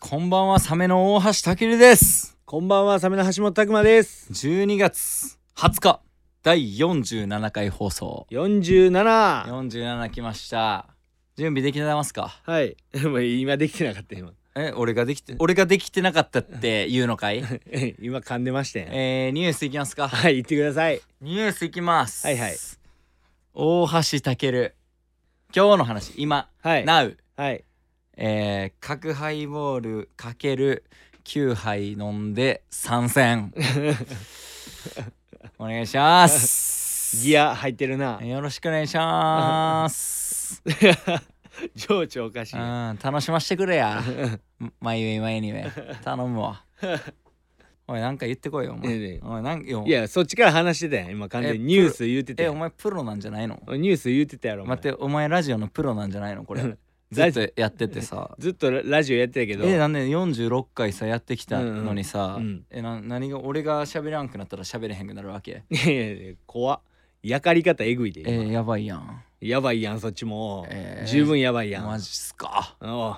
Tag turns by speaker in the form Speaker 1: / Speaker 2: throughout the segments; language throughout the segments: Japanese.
Speaker 1: こんばんはサメの大橋たけるです
Speaker 2: こんばんは、サメの橋本拓馬です。
Speaker 1: 12月20日第47回放送
Speaker 2: 47!
Speaker 1: 47来ました準備できてますか
Speaker 2: はい。 もう今できてなかった今。
Speaker 1: え俺ができて俺ができてなかったって言うのかい
Speaker 2: 今噛んでましたよ。
Speaker 1: えー、ニュースいきますか
Speaker 2: はい、言ってください。
Speaker 1: ニュースいきます
Speaker 2: はいはい
Speaker 1: 大橋たける今日の話今、
Speaker 2: はい。
Speaker 1: Now
Speaker 2: はい。
Speaker 1: えー、角ハイボールかける9杯飲んで参 戦お願いします
Speaker 2: ギア入ってるな。
Speaker 1: よろしくお願いします
Speaker 2: 情緒おかしいうな。
Speaker 1: ん楽しましてくれや前ゆえ前にめ頼むわおいなんか言ってこいよお前、
Speaker 2: ねえねえ
Speaker 1: おいなんよ
Speaker 2: いや、そっちから話してたやん。今完全にニ
Speaker 1: え
Speaker 2: ュース言うてた
Speaker 1: え
Speaker 2: や
Speaker 1: お
Speaker 2: ん。
Speaker 1: 前プロなんじゃないの
Speaker 2: ニュース言うてたやろ。お前
Speaker 1: 待ってお前ラジオのプロなんじゃないのこれず
Speaker 2: ラ
Speaker 1: っ
Speaker 2: ジ
Speaker 1: とやっててさ
Speaker 2: ずっとララジオやってたけど。
Speaker 1: えなんで46回さやってきたのにさ、
Speaker 2: うん
Speaker 1: えな何が俺が喋らんくなったら喋れへんくなるわけ
Speaker 2: いやいや怖っやかり方えぐいで
Speaker 1: え。ー、やばいやん
Speaker 2: やばいやん、そっちも。
Speaker 1: えー
Speaker 2: 十分やばいや
Speaker 1: マ
Speaker 2: ん。
Speaker 1: ジっすか
Speaker 2: おう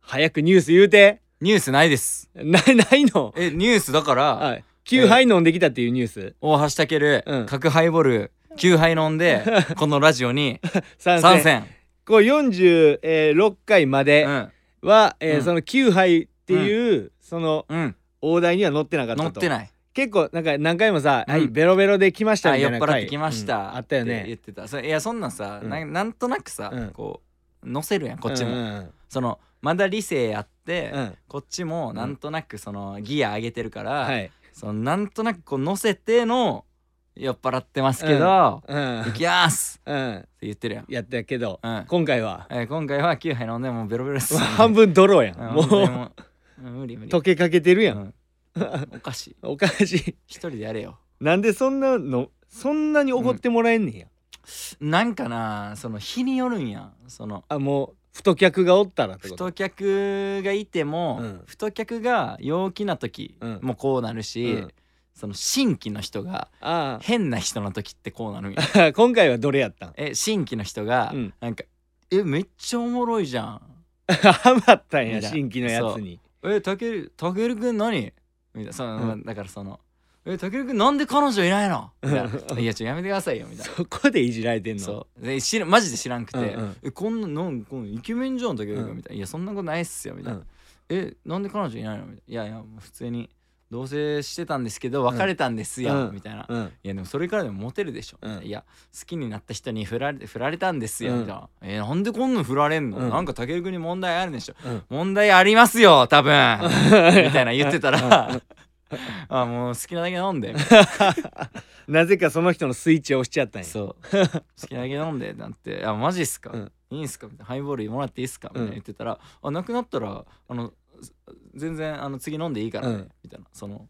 Speaker 2: 早くニュース言うて。
Speaker 1: ニュースないです
Speaker 2: ない、ないの。
Speaker 1: えニュースだから
Speaker 2: はい。9杯飲んできたっていうニュース。
Speaker 1: 大橋たける
Speaker 2: うん
Speaker 1: 角ハイボール9杯飲ん でこのラジオに
Speaker 2: 参
Speaker 1: 参戦
Speaker 2: こう46回まで
Speaker 1: うん
Speaker 2: は、えー
Speaker 1: うん
Speaker 2: その9杯っていう、その
Speaker 1: うん
Speaker 2: 大台には乗ってなかったと
Speaker 1: 乗ってない
Speaker 2: 結構なんか何回もさ「
Speaker 1: うん
Speaker 2: はいベロベロで来ました」
Speaker 1: あ
Speaker 2: みた
Speaker 1: 酔
Speaker 2: い
Speaker 1: っ
Speaker 2: な
Speaker 1: 払っ
Speaker 2: 回
Speaker 1: てきまし
Speaker 2: うん
Speaker 1: た
Speaker 2: あったよ
Speaker 1: て言
Speaker 2: ね
Speaker 1: ってたそれいやそんなんさ
Speaker 2: うん
Speaker 1: ななんとなくさ
Speaker 2: うん
Speaker 1: こう乗せるやんこっち
Speaker 2: うん
Speaker 1: も
Speaker 2: うん
Speaker 1: そのまだ理性やって
Speaker 2: うんうん
Speaker 1: こっちもなんとなくそのギア上げてるか
Speaker 2: は
Speaker 1: ら
Speaker 2: い
Speaker 1: そのなんとなくこう乗せての酔っ払ってますけど
Speaker 2: うん
Speaker 1: 行きやーす
Speaker 2: うん
Speaker 1: って言ってるやん
Speaker 2: やったけど、
Speaker 1: うん
Speaker 2: 今回は、
Speaker 1: えー今回は9杯飲んでもうベロベロです
Speaker 2: まあ半分ドローやん、
Speaker 1: うん
Speaker 2: も
Speaker 1: 本当に
Speaker 2: う
Speaker 1: もううん無理無理
Speaker 2: 溶けかけてるやん、
Speaker 1: うんおかしい
Speaker 2: おかしい
Speaker 1: 一人でやれよ
Speaker 2: なんでそんなのそんなに怒ってもらえんねんや、
Speaker 1: なんかなその日によるんやその
Speaker 2: あもう太客がおったらってこと
Speaker 1: 太客がいても、
Speaker 2: うん
Speaker 1: 太客が陽気な時
Speaker 2: うん
Speaker 1: もこうなるし、
Speaker 2: うん
Speaker 1: その新規の人が
Speaker 2: あ
Speaker 1: 変な人の時ってこうなるん や
Speaker 2: あ今回はどれやったん
Speaker 1: え新規の人が、
Speaker 2: うん
Speaker 1: なんか「えめっちゃおもろいじゃん
Speaker 2: ハマったん
Speaker 1: み
Speaker 2: や
Speaker 1: たいな
Speaker 2: 新規のやつに
Speaker 1: えたけるたけるくん何?」みたいなその、
Speaker 2: うん
Speaker 1: だからその「えたけるくんなんで彼女いないの?」みたいな
Speaker 2: う
Speaker 1: 「いやちょやめてくださいよ」みたいな
Speaker 2: そこでいじられてんの
Speaker 1: そうで知らマジで知らんくて「
Speaker 2: うんうん
Speaker 1: えこんななんこのイケメンじゃん竹内君
Speaker 2: うん
Speaker 1: みたいな「いやそんなことないっすよ」みたいな「
Speaker 2: うん
Speaker 1: えなんで彼女いないの?」みたいな「いやいやもう普通に同棲してたんですけど別れたんですよ」
Speaker 2: うん
Speaker 1: みたいな「
Speaker 2: うん
Speaker 1: いやでもそれからでもモテるでしょ」
Speaker 2: うん
Speaker 1: いや好きになった人に振られ振られたんですよ」
Speaker 2: うん
Speaker 1: みたいな「えなんでこんなん振られんの
Speaker 2: うん
Speaker 1: なんか竹内君に問題あるでしょ
Speaker 2: うん
Speaker 1: 問題ありますよ多分」 みたいな言ってたら「 あもう好きなだけ飲んで」みたいな
Speaker 2: なぜかその人のスイッチを押しちゃったんや
Speaker 1: そう 好きなだけ飲んでなんて「あマジっすか、
Speaker 2: うん
Speaker 1: いいんすか?」みたいな「ハイボールもらっていいっすか?」みたい
Speaker 2: うん
Speaker 1: な言ってたら「あなくなったらあのす全然あの次飲んでいいからね」
Speaker 2: うん
Speaker 1: みたいなその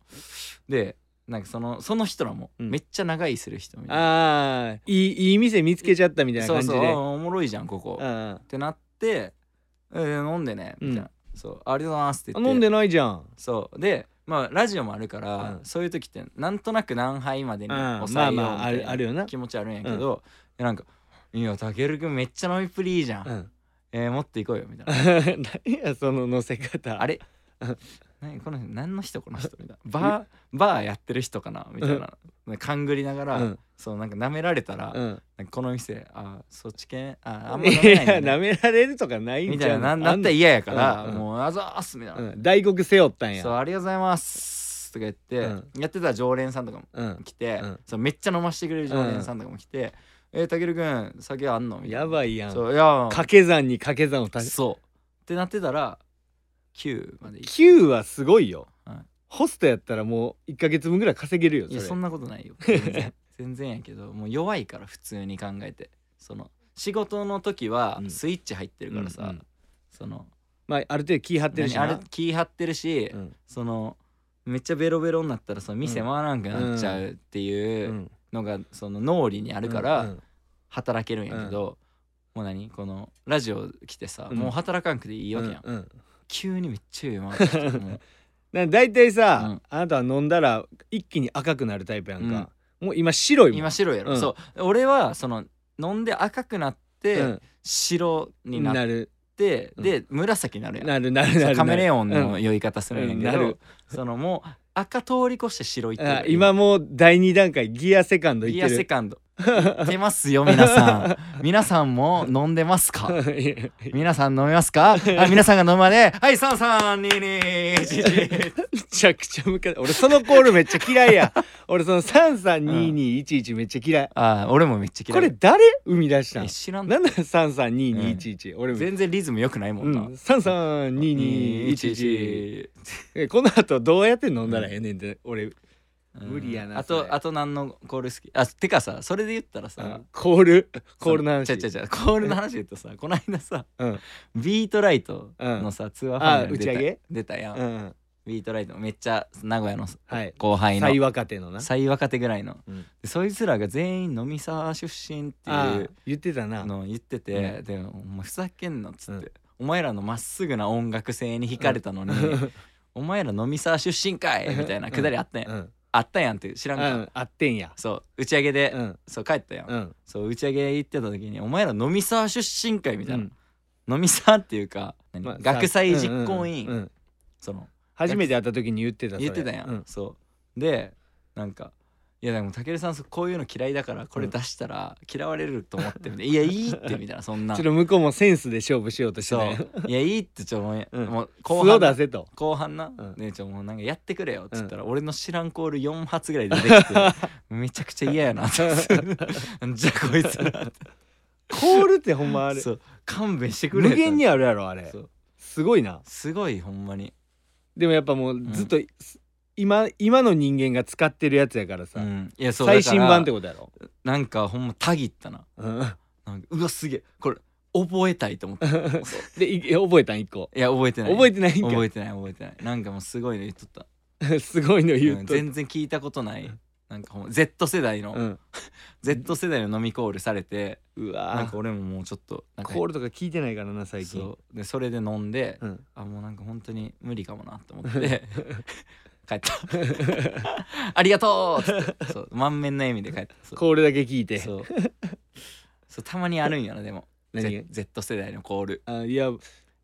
Speaker 1: でなんかそのその人らも、
Speaker 2: うん
Speaker 1: めっちゃ長いする人みたいな
Speaker 2: あーいいいい店見つけちゃったみたいな
Speaker 1: そ
Speaker 2: 感
Speaker 1: う
Speaker 2: じ
Speaker 1: そ
Speaker 2: で
Speaker 1: うあおもろいじゃんここ、
Speaker 2: う
Speaker 1: っ
Speaker 2: ん
Speaker 1: てなって「えー飲んでね」みたいな、そう「ありがとうございます」って言って
Speaker 2: 飲んでないじゃん
Speaker 1: そうでまあラジオもあるから、
Speaker 2: うん
Speaker 1: そういう時ってなんとなく何杯までに
Speaker 2: うん
Speaker 1: 抑えようみ
Speaker 2: まあまあ
Speaker 1: たい
Speaker 2: あるあるよ な
Speaker 1: 気持ちあるんやけど、いやなんか「いやたけるくんめっちゃ飲みっぷりいいじゃん、
Speaker 2: うん
Speaker 1: えー、持っていこうよ」みたいな
Speaker 2: 何やその乗せ
Speaker 1: 「
Speaker 2: 方
Speaker 1: あれ何この人何の人この 人」みたいな「バーバーやってる人かな」みたいな、勘ぐりながら、
Speaker 2: うん
Speaker 1: そうなんか舐められたら、
Speaker 2: うん
Speaker 1: なんかこの店あそっち系 ああんま
Speaker 2: い
Speaker 1: 舐めないん
Speaker 2: や
Speaker 1: だね
Speaker 2: なめられるとかない
Speaker 1: み
Speaker 2: ん
Speaker 1: た
Speaker 2: じ
Speaker 1: い
Speaker 2: ゃ
Speaker 1: ななんなったら嫌やから、
Speaker 2: うんうん
Speaker 1: もう「あざーす」みたいな、
Speaker 2: うん大黒背負ったん
Speaker 1: そう
Speaker 2: や
Speaker 1: ありがとうございます」とか言って、
Speaker 2: う
Speaker 1: やってた常連さんとかも
Speaker 2: うん
Speaker 1: 来て、
Speaker 2: うん
Speaker 1: そうめっちゃ飲ましてくれる常連さんとかも来て「えー、たけるくん酒あんの?」みたいな
Speaker 2: やばいやん
Speaker 1: そういや
Speaker 2: 掛け算に掛け算を足す
Speaker 1: そうってなってたら9までいい
Speaker 2: 9はすごいよ
Speaker 1: はい
Speaker 2: ホストやったらもう1か月分ぐらい稼げるよ
Speaker 1: いやそ
Speaker 2: それ
Speaker 1: んなこと ないよ全然全然やけどもう弱いから普通に考えてその仕事の時は
Speaker 2: うん
Speaker 1: スイッチ入ってるからさ、
Speaker 2: うんうん
Speaker 1: その
Speaker 2: まあある程度気張ってるし
Speaker 1: 何あれ
Speaker 2: な
Speaker 1: 気張ってるし、
Speaker 2: うん
Speaker 1: そのめっちゃベロベロになったらその店回らんくなっちゃうっていううんのがその脳裏にあるから、
Speaker 2: うんうん
Speaker 1: 働けるんやけど、もう何このラジオ来てさ、
Speaker 2: うん
Speaker 1: もう働かんくていいわけやん、
Speaker 2: うんうん
Speaker 1: 急にめっちゃ言う回ってきてもう
Speaker 2: だ大体さ、
Speaker 1: うん
Speaker 2: あなたは飲んだら一気に赤くなるタイプやんか、もう今白いもん
Speaker 1: 今白いやろ、
Speaker 2: うん
Speaker 1: そう俺はその飲んで赤くなって、
Speaker 2: うん
Speaker 1: 白にな
Speaker 2: な
Speaker 1: っ
Speaker 2: る
Speaker 1: って、
Speaker 2: うん
Speaker 1: で紫になるやん
Speaker 2: なるなる
Speaker 1: そ
Speaker 2: な
Speaker 1: う
Speaker 2: る
Speaker 1: カメレ
Speaker 2: オン
Speaker 1: オンの酔い方するんやけど、
Speaker 2: うんなる
Speaker 1: そのもう赤通り越して白いってる
Speaker 2: あ今もう第二段階ギアセカンドいっ
Speaker 1: ギ
Speaker 2: て
Speaker 1: ア
Speaker 2: る
Speaker 1: セカンド行ってますよ皆さ ん皆さんも飲んでますか皆さん飲みます かあ皆さんが飲むまではい3 3 2 2 1
Speaker 2: めちゃくちゃ向か俺そのコールめっちゃ嫌いや 俺その332211めっちゃ嫌い、
Speaker 1: あー俺もめっちゃ嫌
Speaker 2: こ
Speaker 1: い
Speaker 2: れ誰生み出したん
Speaker 1: え知らん
Speaker 2: なんだ332211、俺も
Speaker 1: 全然リズム良くないも
Speaker 2: うん
Speaker 1: な、
Speaker 2: ん、332211えこの後どうやって飲んだらええねんって、俺
Speaker 1: うん
Speaker 2: 無理やな
Speaker 1: あ
Speaker 2: そ
Speaker 1: と
Speaker 2: れ
Speaker 1: あと何のコール好きあてかさそれで言ったらさ
Speaker 2: コールコールの話
Speaker 1: ちゃちゃちゃコールの話で言うとさこの間さ、
Speaker 2: うん
Speaker 1: ビートライトのさ、ツアーファイナル出た
Speaker 2: あ打ち上げ
Speaker 1: 出たやん、
Speaker 2: うん
Speaker 1: ビートライトめっちゃ名古屋の
Speaker 2: はい
Speaker 1: 後輩の
Speaker 2: 最若手のな
Speaker 1: 最若手ぐらいの、
Speaker 2: うん
Speaker 1: でそいつらが全員飲みさ出身って
Speaker 2: あ
Speaker 1: い
Speaker 2: あ言ってたな
Speaker 1: うのを言ってて、でお前ふざけんなっつって、
Speaker 2: うん
Speaker 1: お前らのまっすぐな音楽性に惹かれたのに、お前ら飲みさ出身かいみたいなくだりあったやん、
Speaker 2: うん
Speaker 1: あったやんって知らん
Speaker 2: う
Speaker 1: か、
Speaker 2: んあってんや
Speaker 1: そう打ち上げで、
Speaker 2: うん
Speaker 1: そう帰ったやん、
Speaker 2: うん
Speaker 1: そう打ち上げ行ってた時に「お前ら飲み沢出身会」みたいな、
Speaker 2: うん
Speaker 1: 飲み沢っていうか、何
Speaker 2: まあ
Speaker 1: 学祭実行委員、
Speaker 2: うんうんうん
Speaker 1: その
Speaker 2: 初めて会った時に言ってたそれ
Speaker 1: 言ってたやん、
Speaker 2: う
Speaker 1: そうでなんか「いやでもたけるさんそうこういうの嫌いだからこれ出したら嫌われると思って」みたいな「いやいいって」 みたいなそんな
Speaker 2: ちょっと向こうもセンスで勝負しようとして
Speaker 1: そう
Speaker 2: ね
Speaker 1: 「いやいい」ってちょっともう,、
Speaker 2: うん
Speaker 1: もう
Speaker 2: 素
Speaker 1: 後
Speaker 2: を
Speaker 1: 半
Speaker 2: 出せと
Speaker 1: 後半な、
Speaker 2: ん
Speaker 1: ねちょもうなんかやってくれよっつったら、俺の知らんコール4発ぐらい出てき てめちゃくちゃ嫌やなってじゃあこいつら
Speaker 2: コールってほんまあれ
Speaker 1: そう勘弁してくれ
Speaker 2: 無限にあるやろあれ
Speaker 1: そう
Speaker 2: すごいな
Speaker 1: すごいほんまに
Speaker 2: でもやっぱもうずっと今今の人間が使ってるやつやから
Speaker 1: う
Speaker 2: さ
Speaker 1: んいやそう
Speaker 2: 最新版っ
Speaker 1: だか
Speaker 2: てことやろ
Speaker 1: らなんかほんまたぎったな
Speaker 2: うん
Speaker 1: なんかうわすげえこれ覚えたいと思って
Speaker 2: でい覚えたん一個
Speaker 1: いや覚えてない
Speaker 2: 覚えてないんか
Speaker 1: 覚えてない覚えてないなんかもうすごいの言っとった、
Speaker 2: すごいの言
Speaker 1: う
Speaker 2: うんと
Speaker 1: 全然聞いたことないなんかほんま Z 世代の、
Speaker 2: うん
Speaker 1: Z 世代の飲みコールされてな
Speaker 2: う
Speaker 1: ん
Speaker 2: わ
Speaker 1: か俺ももうちょっとなんか
Speaker 2: コールとか聞いてないからな最近
Speaker 1: そうでそれで飲んで、
Speaker 2: うん
Speaker 1: あもうなんか本当に無理かもなと思って 帰った ありがとうっつってそう満面の笑みで帰ったそう
Speaker 2: コールだけ聞いて
Speaker 1: そう そうたまにあるんやなでも
Speaker 2: 何
Speaker 1: Z, Z 世代のコール
Speaker 2: あいや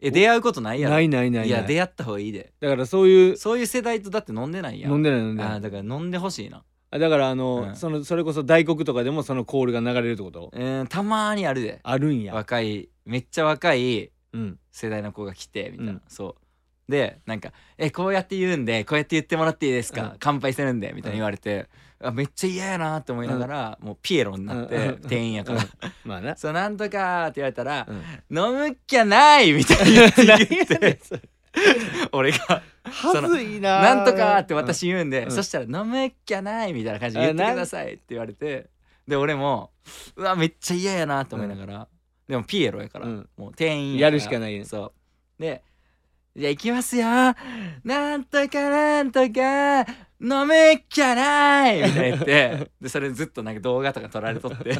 Speaker 1: え出会うことないやろ
Speaker 2: ないないない
Speaker 1: いや
Speaker 2: ない
Speaker 1: 出会った方がいいで
Speaker 2: だからそういう
Speaker 1: そういう世代とだって飲んでないやん
Speaker 2: 飲んでない飲んで
Speaker 1: あ
Speaker 2: な
Speaker 1: ー
Speaker 2: い
Speaker 1: だから飲んでほしいな
Speaker 2: あだからあ
Speaker 1: う
Speaker 2: の
Speaker 1: ん
Speaker 2: そのそれこそ大黒とかでもそのコールが流れるってこと
Speaker 1: うんたまーにあるで
Speaker 2: あるんや
Speaker 1: 若いめっちゃ若い
Speaker 2: うん
Speaker 1: 世代の子が来てみたいな、
Speaker 2: うん
Speaker 1: そうでなんか「えこうやって言うんでこうやって言ってもらっていいですか、
Speaker 2: うん
Speaker 1: 乾杯するんで」みたいに言われて、あめっちゃ嫌やなって思いながら、もうピエロになって、
Speaker 2: うん
Speaker 1: 店員やから「
Speaker 2: まあ な
Speaker 1: そうなんとか」って言われたら
Speaker 2: うん
Speaker 1: 「飲むっきゃない!」みたいに言 って言っ
Speaker 2: 何やねん
Speaker 1: て
Speaker 2: それ
Speaker 1: 俺が
Speaker 2: はずい
Speaker 1: 「
Speaker 2: な
Speaker 1: なんとか」って
Speaker 2: 私
Speaker 1: 私言うんで、
Speaker 2: うん
Speaker 1: そしたら「飲むっきゃない!」みたいな感じで言ってくださいって言われてで俺も「うわめっちゃ嫌やな」と思いながら、でもピエロやから、
Speaker 2: うん
Speaker 1: もう店員
Speaker 2: やるしかないね
Speaker 1: そうでじゃあ行きますよなんとかなんとか飲めっきゃないみたいな言 ってでそれずっとなんか動画とか撮られとって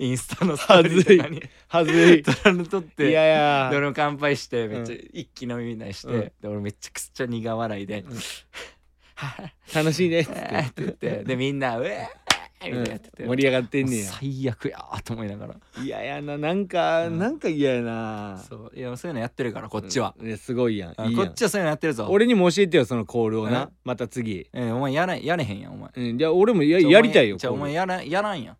Speaker 1: インスタのストーリーとかに
Speaker 2: はずい
Speaker 1: 撮られとっ
Speaker 2: い
Speaker 1: て
Speaker 2: やいや
Speaker 1: で俺も乾杯してめっちゃ一気飲みみたいにして、
Speaker 2: うん
Speaker 1: で俺めちゃくちゃ苦笑いで
Speaker 2: うん
Speaker 1: 「はっ
Speaker 2: 楽しいねっつっ
Speaker 1: はっ」ってて言ってでみんな「うえー!」みたいなやってて、
Speaker 2: うん盛り上がってんねや
Speaker 1: もう最悪やーと思いながら
Speaker 2: 嫌やななんか、
Speaker 1: うん
Speaker 2: なんか嫌やな
Speaker 1: そういやそういうのやってるからこっちは、
Speaker 2: うんいやすごいやん
Speaker 1: あ
Speaker 2: いい
Speaker 1: こ
Speaker 2: やん
Speaker 1: っちはそういうのやってるぞ
Speaker 2: 俺にも教えてよそのコールを
Speaker 1: う
Speaker 2: なんまた次
Speaker 1: えーお前やらんやれへんやんお前
Speaker 2: うんいや俺もややりたいよ
Speaker 1: じゃあお前
Speaker 2: コール
Speaker 1: やらんやらんやん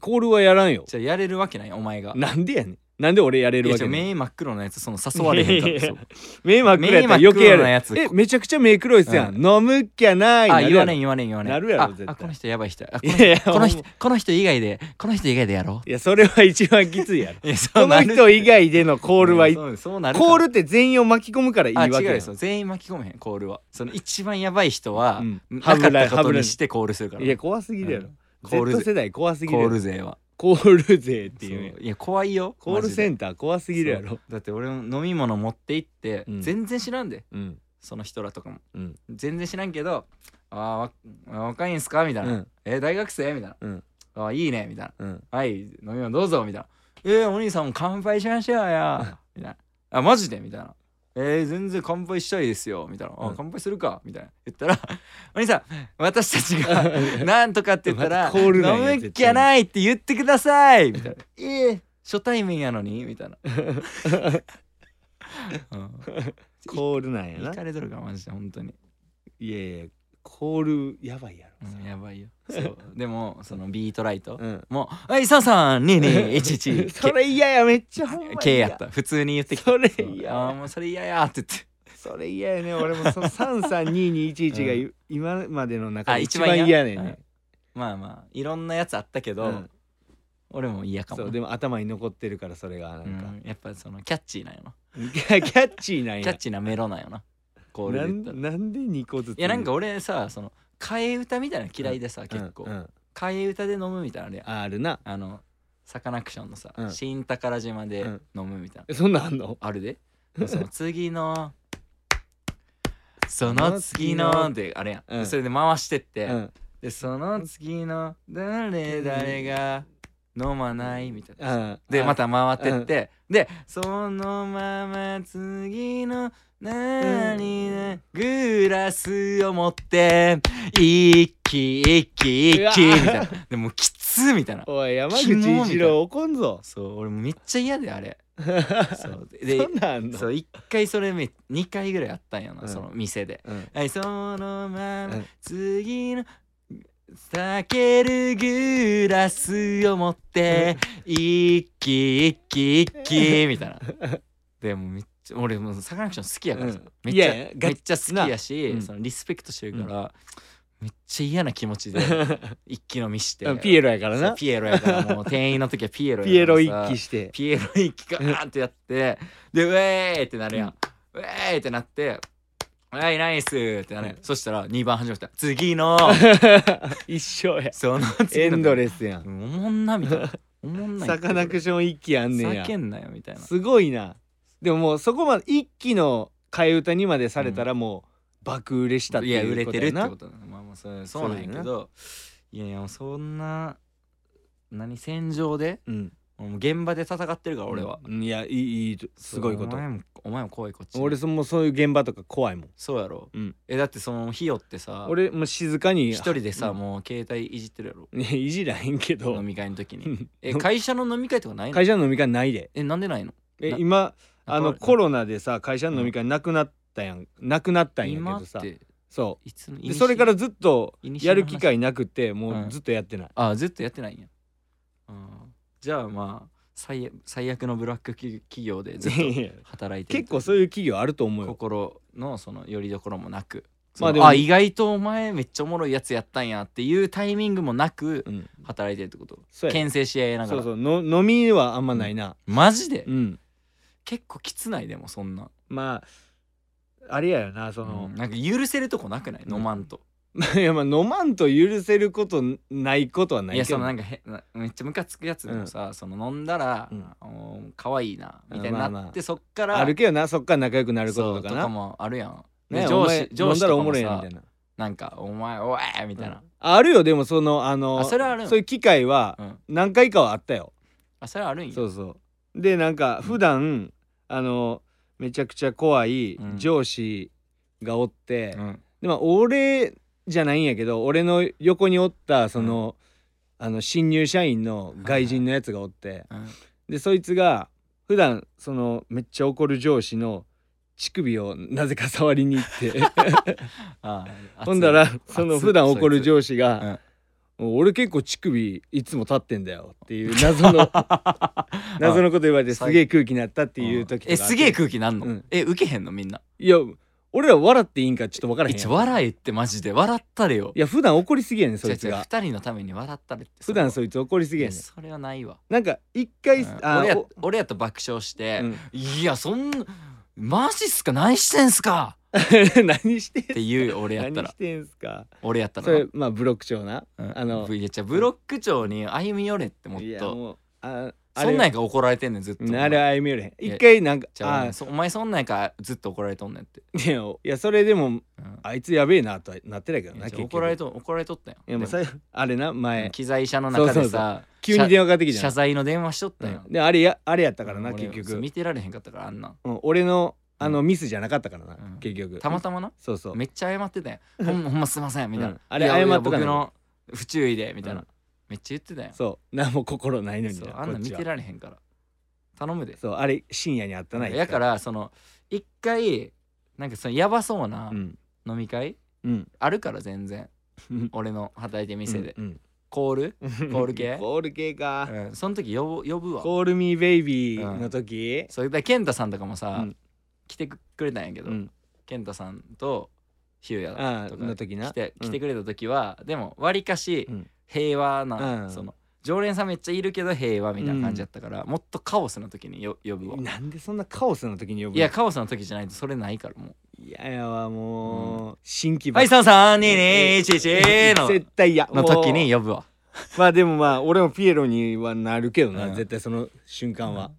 Speaker 2: コールはやらんよ
Speaker 1: じゃあやれるわけないやんお前が
Speaker 2: なんでやねんなんで俺やれ
Speaker 1: い
Speaker 2: る
Speaker 1: や
Speaker 2: わ
Speaker 1: じゃあ
Speaker 2: けねん
Speaker 1: 目真っ黒のやつその誘われへんからそう
Speaker 2: 目真っ黒やったら
Speaker 1: 目真っ
Speaker 2: 余
Speaker 1: 黒
Speaker 2: 計や
Speaker 1: なや
Speaker 2: る
Speaker 1: つ
Speaker 2: えめちゃくちゃ目黒いっすやん飲むっきゃない
Speaker 1: あ言わねん
Speaker 2: い
Speaker 1: 言わねん言わねん
Speaker 2: なるやろ
Speaker 1: あ
Speaker 2: 絶対
Speaker 1: あこの人やばい人あこ
Speaker 2: い
Speaker 1: の
Speaker 2: やいや
Speaker 1: この
Speaker 2: ほ
Speaker 1: 人
Speaker 2: ん
Speaker 1: この人以外でこの人以外でやろ
Speaker 2: いやそれは一番きつい やろ
Speaker 1: ういやそ
Speaker 2: この
Speaker 1: なる
Speaker 2: 人以外でのコールは
Speaker 1: う
Speaker 2: い
Speaker 1: んそうそうなるから
Speaker 2: コールって全員を巻き込むからいい
Speaker 1: あ
Speaker 2: わけや
Speaker 1: 違
Speaker 2: ん
Speaker 1: うですよ全員巻き込めへんコールはその一番やばい人は、
Speaker 2: うん
Speaker 1: なか
Speaker 2: はぶら
Speaker 1: っ
Speaker 2: い
Speaker 1: たことにしてコールするから
Speaker 2: いや怖すぎるやろ、
Speaker 1: コール
Speaker 2: Z 世代怖すぎる
Speaker 1: コ
Speaker 2: や
Speaker 1: ー
Speaker 2: ろ
Speaker 1: ル勢は
Speaker 2: コール勢っていうね
Speaker 1: そういや怖いよ
Speaker 2: コールセ
Speaker 1: ン
Speaker 2: ンター怖すぎるやろ
Speaker 1: だって俺も飲み物持って行って、
Speaker 2: うん
Speaker 1: 全然知らんで
Speaker 2: うん
Speaker 1: その人らとかも
Speaker 2: うん
Speaker 1: 全然知らんけど「あーわあ若いんすか?」みたいな「
Speaker 2: うん
Speaker 1: え大学生?」みたいな「
Speaker 2: うん
Speaker 1: あーいいね」みたいな
Speaker 2: うん
Speaker 1: 「はい飲み物どうぞ」みたいな「えー、お兄さんも乾杯しましょうよ」みたいな「あマジで?」みたいな「えー、全然乾杯したいですよ」みたいな「あ
Speaker 2: うん
Speaker 1: 乾杯するか」みたいな言ったら 「お兄さん私たちがなんとかって言ったら
Speaker 2: またコールなんや
Speaker 1: 飲むっきゃないって言ってください」みたいな「えー初対面やのにみ たいな、うん、
Speaker 2: コールなんや
Speaker 1: い
Speaker 2: な
Speaker 1: かれとるからマジで本当に、
Speaker 2: いやいやコールやばいやろ、
Speaker 1: うん、やばいよ そうでもそのビートライト
Speaker 2: うん
Speaker 1: もう「はい332211」
Speaker 2: それ嫌やめっちゃほんまに
Speaker 1: K
Speaker 2: 嫌
Speaker 1: やった普通に言ってきた
Speaker 2: それ
Speaker 1: そう
Speaker 2: 嫌
Speaker 1: あーもうそれ嫌やって言って
Speaker 2: それ嫌やね俺もその332211がい、今までの中
Speaker 1: あ
Speaker 2: で
Speaker 1: 一
Speaker 2: 一
Speaker 1: 番
Speaker 2: 番
Speaker 1: 嫌
Speaker 2: 嫌ねんね、
Speaker 1: まあまあいろんなやつあったけど、
Speaker 2: うん
Speaker 1: 俺も嫌か
Speaker 2: そ
Speaker 1: も
Speaker 2: うでも頭に残ってるからそれがなん
Speaker 1: う
Speaker 2: か、
Speaker 1: ん、やっぱそのキャッチーなんよな
Speaker 2: キャキャッチーなんや
Speaker 1: キャッチーなメロなんよなコールで
Speaker 2: な
Speaker 1: 言ったら
Speaker 2: んなんで2個ずつ
Speaker 1: いやなんか俺さその替え歌みたいなの嫌いでさ、結構、
Speaker 2: うんうん
Speaker 1: 替え歌で飲むみたいなのあれやん
Speaker 2: あるな
Speaker 1: あのサカナクションのさ、
Speaker 2: うん
Speaker 1: 新宝島で飲むみたいな、
Speaker 2: そんなんあんの
Speaker 1: あるでその次 のその次のであれやん、
Speaker 2: うん
Speaker 1: それで回してって、
Speaker 2: うん
Speaker 1: でその次の誰誰が飲まないみたいな、
Speaker 2: うん
Speaker 1: でまた回ってって、でそのまま次の何々グラスを持って一気一気一気
Speaker 2: うわ
Speaker 1: みたいなでもうきつみたいな
Speaker 2: おい山
Speaker 1: キモみたい
Speaker 2: 口一郎怒んぞ
Speaker 1: そう俺もうめっちゃ嫌であ れそうで
Speaker 2: そんなんあんの
Speaker 1: そう1回それめ2回ぐらいあったんやな、
Speaker 2: うん
Speaker 1: その店で
Speaker 2: うん
Speaker 1: はい、そのまま
Speaker 2: うん
Speaker 1: 次の避けるグラスを持って一気一気一気みたいな。でもめっちゃ俺もうサカナクション好きやからさ、
Speaker 2: うん
Speaker 1: めっ
Speaker 2: い
Speaker 1: ちゃ
Speaker 2: やいや
Speaker 1: めっちゃ好きやし、
Speaker 2: うん
Speaker 1: そのリスペクトしてるから、めっちゃ嫌な気持 ちで一気飲みして
Speaker 2: うん ピエロやから
Speaker 1: そう
Speaker 2: な
Speaker 1: ピエロやからもう店員の時はピエロ
Speaker 2: ピエ
Speaker 1: やか
Speaker 2: ロ
Speaker 1: ら
Speaker 2: 一
Speaker 1: さ
Speaker 2: 気して
Speaker 1: ピエロ一気ガーンってやってでウェーイってなるやん、ウェーイってなって「はいナイス!」ってなるやん、
Speaker 2: うん
Speaker 1: そしたら2番始まった「次 の
Speaker 2: 一緒や
Speaker 1: その
Speaker 2: エ
Speaker 1: 次の
Speaker 2: ンドレスや
Speaker 1: お
Speaker 2: ん
Speaker 1: もんな」みたいな「おもんない」
Speaker 2: サカナクション一気あんねんや
Speaker 1: 叫んなよみたいな
Speaker 2: すごいなでももうそこまで一気の替え歌にまでされたらもう爆売れしたって
Speaker 1: いや売
Speaker 2: い
Speaker 1: れ
Speaker 2: うこ
Speaker 1: て
Speaker 2: と
Speaker 1: るっ
Speaker 2: や
Speaker 1: て
Speaker 2: な
Speaker 1: ことなのまあまあそうそうなんやけどいやいやもうそんな何戦場で
Speaker 2: うん
Speaker 1: もう現場で戦ってるから俺は、
Speaker 2: うんいやいいいいすごいこと
Speaker 1: お前もお前も怖いこっち
Speaker 2: 俺そもそういう現場とか怖いもん
Speaker 1: そうやろ、
Speaker 2: うん
Speaker 1: えだってその日よってさ
Speaker 2: 俺もう静かに
Speaker 1: 一人でさ、
Speaker 2: うん
Speaker 1: もう携帯いじってるやろ
Speaker 2: ね いじらへんけど
Speaker 1: 飲 み会の時
Speaker 2: う
Speaker 1: に
Speaker 2: ん
Speaker 1: え会社の飲み会とかないの
Speaker 2: 会社の飲み会ないで
Speaker 1: えなんでないの
Speaker 2: え
Speaker 1: な
Speaker 2: 今あ
Speaker 1: な
Speaker 2: の
Speaker 1: んか
Speaker 2: コロナでさ会社の飲み会なくなったやんなくなったんや
Speaker 1: 今
Speaker 2: け
Speaker 1: っ
Speaker 2: どさ
Speaker 1: て
Speaker 2: そ
Speaker 1: いつの
Speaker 2: うでそれから
Speaker 1: いにし
Speaker 2: ずっと
Speaker 1: いにしの
Speaker 2: や
Speaker 1: 話
Speaker 2: る機会なくて
Speaker 1: う
Speaker 2: も
Speaker 1: ん
Speaker 2: うずっとやってない
Speaker 1: あずっとやってないんやうんじゃあまあ最悪最悪のブラック企業でずっと
Speaker 2: いやいや
Speaker 1: 働いてる
Speaker 2: 結構そういう企業あると思うよ
Speaker 1: 心のその拠り所もなく
Speaker 2: まあ
Speaker 1: その
Speaker 2: でも
Speaker 1: あ意外とお前めっちゃおもろいやつやったんやっていうタイミングもなく
Speaker 2: うん
Speaker 1: 働いてるってこと
Speaker 2: そうや
Speaker 1: 牽制し合いなが
Speaker 2: そ
Speaker 1: ら
Speaker 2: うそうの飲みはあんまないな
Speaker 1: マジで
Speaker 2: うん
Speaker 1: 結構きつないでもそんな
Speaker 2: まああれやよなその
Speaker 1: うんなんか許せるとこなくない
Speaker 2: うん
Speaker 1: 飲まんと
Speaker 2: いやまあ飲まんと許せることないことはないい
Speaker 1: や
Speaker 2: け
Speaker 1: そ
Speaker 2: ど
Speaker 1: のなんかへなめっちゃムカつくやつでもさ、その飲んだら、
Speaker 2: うん
Speaker 1: あの可愛いなみたいになって、
Speaker 2: まあまあ
Speaker 1: そっから
Speaker 2: あるけどなそっから仲良くなるこ
Speaker 1: そう
Speaker 2: ととか
Speaker 1: と
Speaker 2: な
Speaker 1: かもあるやん、で
Speaker 2: ねお
Speaker 1: 上
Speaker 2: 前
Speaker 1: 司上司
Speaker 2: 飲んだら
Speaker 1: とか
Speaker 2: おも
Speaker 1: も
Speaker 2: ろいやんみ
Speaker 1: さ
Speaker 2: たいな
Speaker 1: なんか「お前おえ!」みたいな、
Speaker 2: あるよでもそのあの
Speaker 1: あそれはあるん
Speaker 2: そういう機会は
Speaker 1: うん
Speaker 2: 何回かはあったよ、
Speaker 1: あそれあるんや
Speaker 2: そうそうでなんか普段、あのめちゃくちゃ怖い
Speaker 1: うん
Speaker 2: 上司がおって、
Speaker 1: うん
Speaker 2: でまあ俺じゃないんやけど俺の横におったその、あの新入社員の外人のやつがおって、
Speaker 1: うん
Speaker 2: でそいつが普段そのめっちゃ怒る上司の乳首をなぜか触りに行って
Speaker 1: あ あ
Speaker 2: ほんだら
Speaker 1: い
Speaker 2: その普段怒る上司が
Speaker 1: そ
Speaker 2: 「もう俺結構乳首いつも立ってんだよ」っていう 謎の謎のこと言われてすげえ空気になったっていう時とか
Speaker 1: えすげえ空気なんの、
Speaker 2: うん
Speaker 1: え受けへんのみんない
Speaker 2: や俺ら笑っていいんかちょっと分からへん
Speaker 1: 一
Speaker 2: やん
Speaker 1: 応笑えってマジで笑ったれよ
Speaker 2: いや普段怒りすぎやねんそ
Speaker 1: 違う違
Speaker 2: いうつが
Speaker 1: 二人のために笑ったれって
Speaker 2: 普段
Speaker 1: う
Speaker 2: そいつ怒りすぎやねん
Speaker 1: それはないわ、
Speaker 2: なんか一
Speaker 1: う
Speaker 2: 回
Speaker 1: ん
Speaker 2: あ
Speaker 1: 俺や
Speaker 2: お
Speaker 1: 俺やと爆笑して、
Speaker 2: うん
Speaker 1: いやそんマジっすか何してんすか
Speaker 2: 何してん
Speaker 1: って言うよ俺やった
Speaker 2: 何
Speaker 1: ら
Speaker 2: してんすか
Speaker 1: 俺やった
Speaker 2: そ
Speaker 1: ら
Speaker 2: れまあブロック長な
Speaker 1: うん
Speaker 2: あの
Speaker 1: いやじゃあブロック長に歩み寄れってもっ
Speaker 2: いや
Speaker 1: と
Speaker 2: もうああ
Speaker 1: そ
Speaker 2: れ
Speaker 1: んなんやから怒られてんねんずっと
Speaker 2: うんあれは歩み寄れへん
Speaker 1: いや
Speaker 2: 一回なんか
Speaker 1: じゃあお
Speaker 2: あ
Speaker 1: 前そお前そんなんやからずっと怒られとんねんって、
Speaker 2: いやいやそれでも
Speaker 1: うん
Speaker 2: あいつやべえなとはなってないけど
Speaker 1: い
Speaker 2: な
Speaker 1: や
Speaker 2: 結
Speaker 1: じゃあ
Speaker 2: 局
Speaker 1: 怒られと怒られとったよ
Speaker 2: いやもう
Speaker 1: でも
Speaker 2: さあれな前
Speaker 1: 機材車の中
Speaker 2: そう
Speaker 1: で
Speaker 2: そうそ
Speaker 1: さ
Speaker 2: 急に電話かかってき
Speaker 1: 謝
Speaker 2: た
Speaker 1: 謝
Speaker 2: じ
Speaker 1: 罪の電話しとった
Speaker 2: ゃ
Speaker 1: よ、
Speaker 2: んであれやあれやった
Speaker 1: だ
Speaker 2: からな結局
Speaker 1: 見てられへんかったからあんなん
Speaker 2: うん俺のあ
Speaker 1: う
Speaker 2: のミスじゃなかったからな
Speaker 1: うん
Speaker 2: 結局
Speaker 1: たまたまな
Speaker 2: そうそう
Speaker 1: めっちゃ謝ってたよほんほんますいませんみたいな、
Speaker 2: うんあれ
Speaker 1: いやいや
Speaker 2: 謝っとか
Speaker 1: 僕
Speaker 2: な
Speaker 1: の不注意でみたいな、
Speaker 2: うん
Speaker 1: めっちゃ言ってたよ
Speaker 2: そう何も心ないのに
Speaker 1: そう
Speaker 2: な
Speaker 1: あんな
Speaker 2: こ
Speaker 1: ん
Speaker 2: っち
Speaker 1: 見
Speaker 2: は
Speaker 1: てられへんから頼むで
Speaker 2: そうあれ深夜にあったな
Speaker 1: やか、らその一回なんかそのやばそうな
Speaker 2: 一回うん
Speaker 1: 飲み会、
Speaker 2: うん、
Speaker 1: あるから全然
Speaker 2: うん
Speaker 1: 俺の働いてる店で、
Speaker 2: うんうん
Speaker 1: コール、コール系
Speaker 2: コール系か、
Speaker 1: うん、その時呼ぶ呼ぶわ
Speaker 2: コールミーベイビーの時、
Speaker 1: それだ健太さんとかもさ、
Speaker 2: うん
Speaker 1: 来てくれたんやけど、
Speaker 2: うん
Speaker 1: 健太さんとヒュー
Speaker 2: あ
Speaker 1: ヤ
Speaker 2: あ
Speaker 1: と
Speaker 2: の
Speaker 1: か
Speaker 2: 時な
Speaker 1: 来て
Speaker 2: うん
Speaker 1: 来てくれた時は、でもわりかし
Speaker 2: うん
Speaker 1: 平和な、
Speaker 2: うん
Speaker 1: その常連さんめっちゃいるけど平和みたいな感じだったから、もっとカオスの時によ呼ぶわ
Speaker 2: なんでそんなカオスの時に呼ぶの
Speaker 1: いやカオスの時じゃないとそれないからもう
Speaker 2: いややわもう、新
Speaker 1: 「
Speaker 2: 規
Speaker 1: はい
Speaker 2: さ
Speaker 1: 332211」
Speaker 2: 絶対嫌
Speaker 1: のの時
Speaker 2: も
Speaker 1: に呼ぶわ
Speaker 2: うまあでもまあ俺もピエロにはなるけどな、
Speaker 1: うん
Speaker 2: 絶対その瞬間は、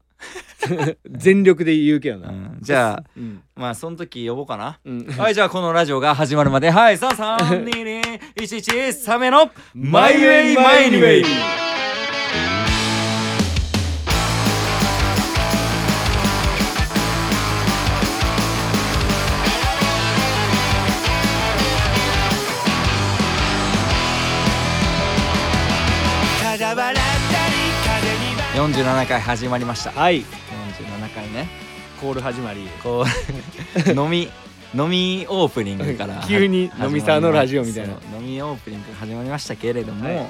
Speaker 2: 全力で言うけどな、
Speaker 1: うんじゃあ
Speaker 2: うん
Speaker 1: まあその時呼ぼうか な
Speaker 2: うん
Speaker 1: はいじゃあこのラジオが始まるまではい332211サメの「マイウェイマイウ ェイ」
Speaker 3: ただ笑ったり風にば
Speaker 1: 47回始まりました
Speaker 2: はい
Speaker 1: 47回ね
Speaker 2: コール始まり
Speaker 1: こ う飲み飲みオープニングから
Speaker 2: 急に
Speaker 1: 始まり
Speaker 2: 飲み沢のラジオみたいな
Speaker 1: そう飲みオープニングから始まりましたけれども、
Speaker 2: はい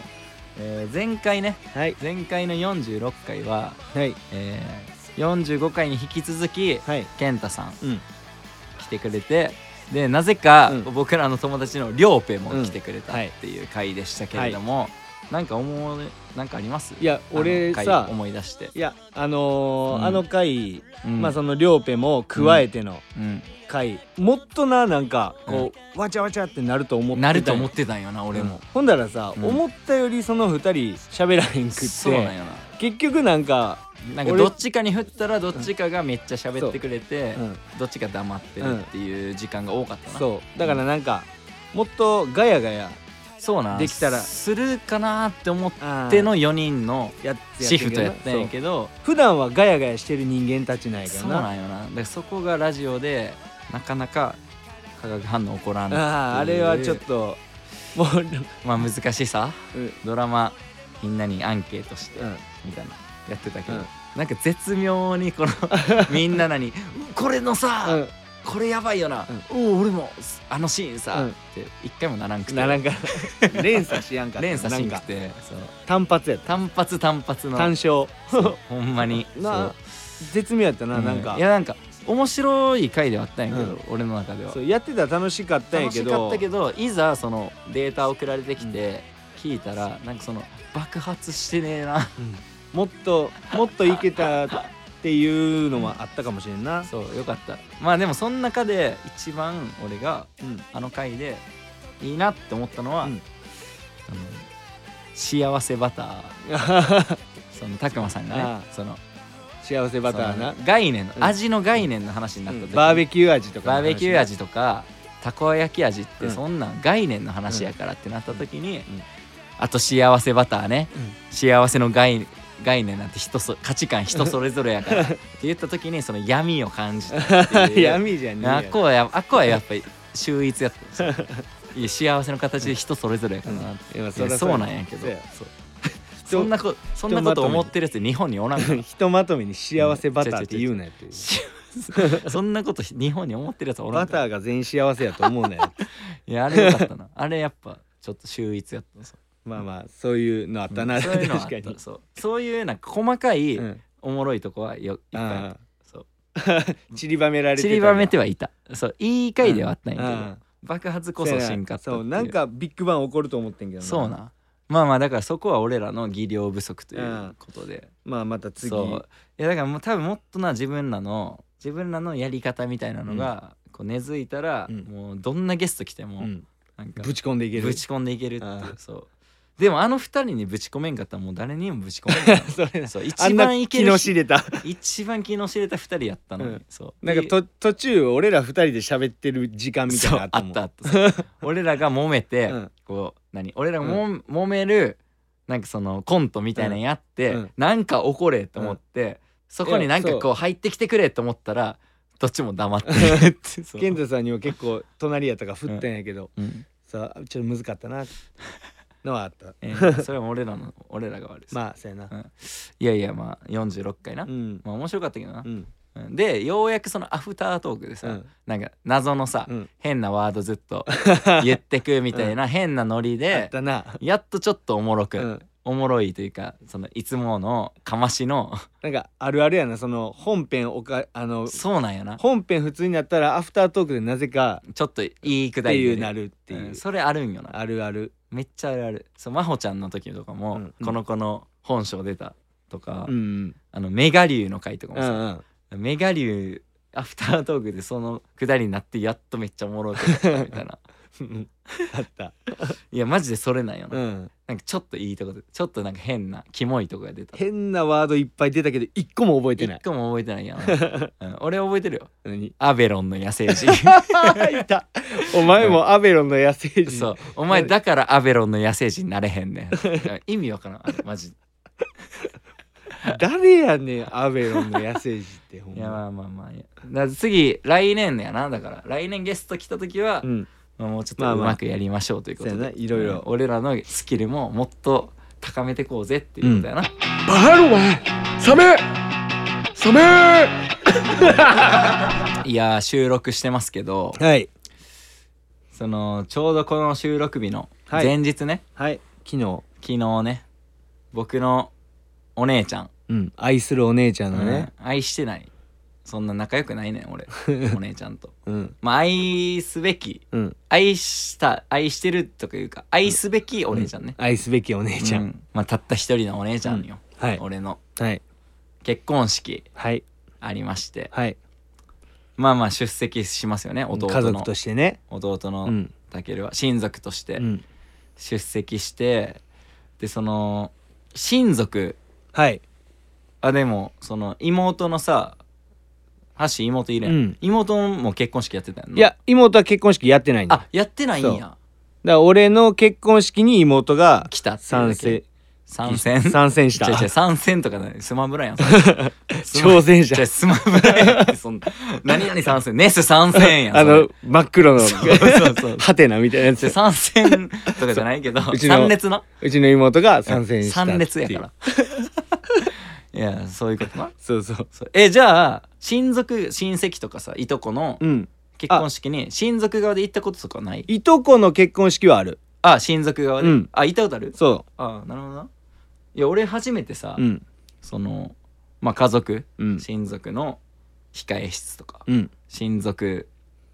Speaker 1: えー前回ね
Speaker 2: はい
Speaker 1: 前回の46回は、
Speaker 2: はい
Speaker 1: えー45回に引き続き
Speaker 2: はい
Speaker 1: 健太さん
Speaker 2: うん
Speaker 1: 来てくれてでなぜか
Speaker 2: うん
Speaker 1: 僕らの友達のりょうぺも来てくれたっていう回でしたけれども、なんか思うなんかあります
Speaker 2: いや
Speaker 1: あの
Speaker 2: 俺
Speaker 1: 回
Speaker 2: さ
Speaker 1: 思い出して、
Speaker 2: いやあのー
Speaker 1: うん
Speaker 2: あの回、
Speaker 1: うん
Speaker 2: まあその両ペも加えての
Speaker 1: うん
Speaker 2: 回、もっとななんかこう、わちゃわちゃってなると思ってた
Speaker 1: なると思ってたんよな俺も、
Speaker 2: ほんだらさ、
Speaker 1: うん
Speaker 2: 思ったよりその2人喋らへんくっ
Speaker 1: そうなん
Speaker 2: て
Speaker 1: よな
Speaker 2: 結局なんか、
Speaker 1: なんか
Speaker 2: 俺
Speaker 1: どっちかに振ったらどっちかがめっちゃ喋ってくれて、
Speaker 2: うん
Speaker 1: どっちか黙ってるっていう時間が多かったな、
Speaker 2: そうだからなんかもっとガヤガヤ
Speaker 1: そうなん
Speaker 2: できたら
Speaker 1: するかなって思っ
Speaker 2: あー
Speaker 1: ての4人の
Speaker 2: やって
Speaker 1: シフトやったんや
Speaker 2: ど
Speaker 1: けど
Speaker 2: なそう普段はガヤガヤしてる人間たちないか
Speaker 1: そ
Speaker 2: ら
Speaker 1: う
Speaker 2: な
Speaker 1: なんよなだからそこがラジオでなかなか化学反応起こらんっていう
Speaker 2: あーあれはちょっともう、
Speaker 1: まあ難しさ
Speaker 2: うん
Speaker 1: ドラマみんなにアンケートして
Speaker 2: うん
Speaker 1: みたいなやってたけど、
Speaker 2: うん
Speaker 1: なんか絶妙にこ のみんななに「これのさ、
Speaker 2: うん
Speaker 1: これやばいよな、おお俺もあのシーンさ、
Speaker 2: うん
Speaker 1: って一回もならんくて
Speaker 2: ならんか連鎖しやんかった
Speaker 1: 連鎖しんく
Speaker 2: なんか
Speaker 1: てそう
Speaker 2: 単発やった
Speaker 1: 単発単発の
Speaker 2: 単勝
Speaker 1: そうほんまに
Speaker 2: な
Speaker 1: そ
Speaker 2: 絶妙やった
Speaker 1: う
Speaker 2: な、なんか
Speaker 1: いやなんか面白い回ではあったんやけど、
Speaker 2: うん
Speaker 1: 俺の中では
Speaker 2: そうやってたら楽しかったんや
Speaker 1: 楽
Speaker 2: け
Speaker 1: し
Speaker 2: ど
Speaker 1: かったけどいざそのデータ送られてきて、聞いたらなんかその爆発してねえ な
Speaker 2: もっともっといけたっていうのもあったかもしれんな
Speaker 1: そうよかったまあでもその中で一番俺が
Speaker 2: うん
Speaker 1: あの回でいいなって思ったのは、
Speaker 2: うん
Speaker 1: あの幸せバターそのたくまさんがね
Speaker 2: あ
Speaker 1: その
Speaker 2: 幸せバターな
Speaker 1: その概念の、
Speaker 2: うん
Speaker 1: 味の概念の話になった時、
Speaker 2: うんバーベ
Speaker 1: キ
Speaker 2: キュー味とかの話
Speaker 1: バーベキュー味とかたこ焼き味って
Speaker 2: うん
Speaker 1: そんな概念の話やからってなった時に、
Speaker 2: ん
Speaker 1: あと幸せバターね、
Speaker 2: うん
Speaker 1: 幸せの概概念なんて人そ価値観人それぞれや からって言った時にその闇を感じたっていう
Speaker 2: 闇じゃねえ
Speaker 1: あ
Speaker 2: や
Speaker 1: っこはやあっこはやっぱり秀逸やった んですよいや幸せの形で人それぞれやからなって、
Speaker 2: う
Speaker 1: い
Speaker 2: んいや
Speaker 1: や
Speaker 2: そりゃそう
Speaker 1: そうなんやけど
Speaker 2: そうや
Speaker 1: そう
Speaker 2: 人
Speaker 1: そんなこそんなこと思ってるやつ日本におらんから
Speaker 2: ひとまとめに幸せバターって言うなよっていう
Speaker 1: そんなこと日本に思ってるやつはおら
Speaker 2: バ
Speaker 1: んから
Speaker 2: ターが全員幸せやと思うなよ
Speaker 1: いやあれよかったな あれやっぱちょっと秀逸やったんですよ
Speaker 2: まあまあそういうのあったな
Speaker 1: そういうのはあっ
Speaker 2: 確か
Speaker 1: た
Speaker 2: に
Speaker 1: そうそういうなんか細かい
Speaker 2: うん
Speaker 1: おもろいとこはよいっぱいあっ
Speaker 2: あ
Speaker 1: たそう
Speaker 2: あ散りばめられて
Speaker 1: 散りばめて
Speaker 2: は
Speaker 1: はいたそういい回ではあったんやけど、
Speaker 2: うん
Speaker 1: 爆発こそ進化ったってい
Speaker 2: そうなんかビッグバン起こると思ってんけど
Speaker 1: そうなまあまあだからそこは俺らの技量不足ということで、
Speaker 2: まあまた次
Speaker 1: そういやだからもう多分もっとな自分らの自分らのやり方みたいなのがこう根付いたら、
Speaker 2: うん
Speaker 1: もうどんなゲスト来ても、
Speaker 2: うん
Speaker 1: なんか
Speaker 2: ぶち込んでいける
Speaker 1: ぶち込んでいけるってい
Speaker 2: あ
Speaker 1: う
Speaker 2: あ
Speaker 1: そうでもあの二人にぶち込めんかったらもう誰にもぶち込めんかっ
Speaker 2: それ
Speaker 1: た
Speaker 2: な
Speaker 1: そう
Speaker 2: あ
Speaker 1: 一
Speaker 2: んな
Speaker 1: 番いけ
Speaker 2: 気
Speaker 1: る
Speaker 2: の
Speaker 1: し
Speaker 2: 知れた
Speaker 1: 一番気の知れた二人やったのに、
Speaker 2: うん
Speaker 1: そう
Speaker 2: なんか
Speaker 1: で
Speaker 2: と途中俺ら二人で喋ってる時間みた
Speaker 1: そ
Speaker 2: い
Speaker 1: う
Speaker 2: なの
Speaker 1: あ
Speaker 2: も
Speaker 1: っ
Speaker 2: ん
Speaker 1: たあったそう 俺らが揉めて、
Speaker 2: うん
Speaker 1: こう何俺らがも、揉めるなんかそのコントみたいなのやって、
Speaker 2: うんうん
Speaker 1: なんか怒れと思って、そこになん
Speaker 2: い
Speaker 1: か
Speaker 2: や
Speaker 1: こ
Speaker 2: そう
Speaker 1: 入ってきてくれと思ったらどっちも黙ってるって そう
Speaker 2: 健太さんにも結構隣やったから振ったんやけど、
Speaker 1: うん
Speaker 2: さあちょっとむずかったなのは あった
Speaker 1: えーそれは俺らの俺らが悪いです、
Speaker 2: まあそうやな
Speaker 1: いやいやまあ46回な、
Speaker 2: うん
Speaker 1: まあ面白かったけどな
Speaker 2: う、ん
Speaker 1: うんでようやくそのアフタートークでさ、
Speaker 2: うん
Speaker 1: なんか謎のさ、
Speaker 2: うん
Speaker 1: 変なワードずっ と言ってくみたいな変なノリ
Speaker 2: あっ
Speaker 1: で、
Speaker 2: たな
Speaker 1: やっとちょっとおもろく、
Speaker 2: うん
Speaker 1: おもろいというかそのいつものかましの
Speaker 2: なんかあるあるやなその本編おかあの
Speaker 1: そうなんやな
Speaker 2: 本編普通になったらアフタートークでなぜか
Speaker 1: ちょっといいく
Speaker 2: っ
Speaker 1: だ
Speaker 2: て
Speaker 1: り
Speaker 2: い
Speaker 1: で
Speaker 2: うなるっていううん
Speaker 1: それあるんよな
Speaker 2: あるある
Speaker 1: めっちゃあるあるそう真帆ちゃんの時とかも、
Speaker 2: うん
Speaker 1: この子の本性出たとか、
Speaker 2: うん
Speaker 1: あのメガ流の回とか
Speaker 2: う
Speaker 1: も
Speaker 2: んう
Speaker 1: さ、
Speaker 2: ん
Speaker 1: メガ流アフタートークでそのくだりになってやっとめっちゃおもろくなったみたい な
Speaker 2: うんあった
Speaker 1: いやマジでそれなんよな、
Speaker 2: うん
Speaker 1: なんかちょっといいとこでちょっとなんか変なキモいとこが出た
Speaker 2: 変なワードいっぱい出たけど一個も覚えてない
Speaker 1: 一個も覚えてないや ん、うん、俺覚えてるよ
Speaker 2: 何
Speaker 1: アベロンの野生 児
Speaker 2: いたお前もアベロンの野生児
Speaker 1: そうお前だからアベロンの野生児になれへんねん意味わからんあれマジで
Speaker 2: 誰やねんアベロンの野生児ってほん
Speaker 1: いや
Speaker 2: ま
Speaker 1: まあまあまあいやだから次来年やなだから来年ゲスト来た時は、
Speaker 2: うん
Speaker 1: まあもうちょっ
Speaker 2: まあ
Speaker 1: とう
Speaker 2: まあ
Speaker 1: まくやりましょうということで、
Speaker 2: そうやないろいろ
Speaker 1: うん俺らのスキルももっと高めてこうぜっていうことやな、
Speaker 3: バハロはサメサメ
Speaker 1: いやー収録してますけど
Speaker 2: はい
Speaker 1: そのちょうどこの収録日の
Speaker 2: はい
Speaker 1: 前日ね、
Speaker 2: はい昨日
Speaker 1: 昨日ね僕のお姉ちゃん、
Speaker 2: うん愛するお姉ちゃんのね
Speaker 1: うん愛してないそんな仲良くないねん俺 お姉ちゃんと
Speaker 2: うん
Speaker 1: まあ愛すべき
Speaker 2: うん
Speaker 1: 愛した愛してるとかいうか愛すべきお姉ちゃんね、
Speaker 2: 愛すべきお姉ちゃ
Speaker 1: うんんまあ、たった一人のお姉ちゃんよ、
Speaker 2: はい
Speaker 1: 俺の
Speaker 2: はい
Speaker 1: 結婚式
Speaker 2: はい
Speaker 1: ありまして
Speaker 2: はい
Speaker 1: まあまあ出席しますよね弟の
Speaker 2: 家族としてね
Speaker 1: 弟
Speaker 2: う
Speaker 1: の
Speaker 2: ん
Speaker 1: たけるは親族とし
Speaker 2: う
Speaker 1: て
Speaker 2: ん
Speaker 1: 出席して、でその親族
Speaker 2: はい
Speaker 1: あでもその妹のさハッシー妹いるやん、
Speaker 2: うん
Speaker 1: 妹も結婚式やってたやんない
Speaker 2: や妹は結婚式やってないんだだか
Speaker 1: あやってないんや
Speaker 2: ら俺の結婚式に妹が
Speaker 1: 来たっていうだ
Speaker 2: 参
Speaker 1: け参
Speaker 2: 戦
Speaker 1: 戦
Speaker 2: 参戦した
Speaker 1: 違う違う参戦とかないスマブラやん挑
Speaker 2: 挑戦者
Speaker 1: スマブラやん ってそんな何々参戦ネス参戦やん
Speaker 2: あの真っ黒の
Speaker 1: そうそう
Speaker 2: ハテナみたいなや
Speaker 1: それ
Speaker 2: つ
Speaker 1: 参戦とかじゃないけど
Speaker 2: ううちの
Speaker 1: 参列な
Speaker 2: うちの妹が参戦したっていう
Speaker 1: 参列やからいやそういうことな
Speaker 2: そうそう
Speaker 1: そうえじゃあ親族親戚とかさいとこの
Speaker 2: うん
Speaker 1: 結婚式に親族側で行ったこととかない
Speaker 2: いとこの結婚式はある
Speaker 1: あ親族側で、
Speaker 2: うん
Speaker 1: あ行ったことある
Speaker 2: そ
Speaker 1: あなるほどないや俺初めてさ、
Speaker 2: ううん
Speaker 1: そのまあ家族、
Speaker 2: うん
Speaker 1: 親族の控え室とか、
Speaker 2: うん
Speaker 1: 親族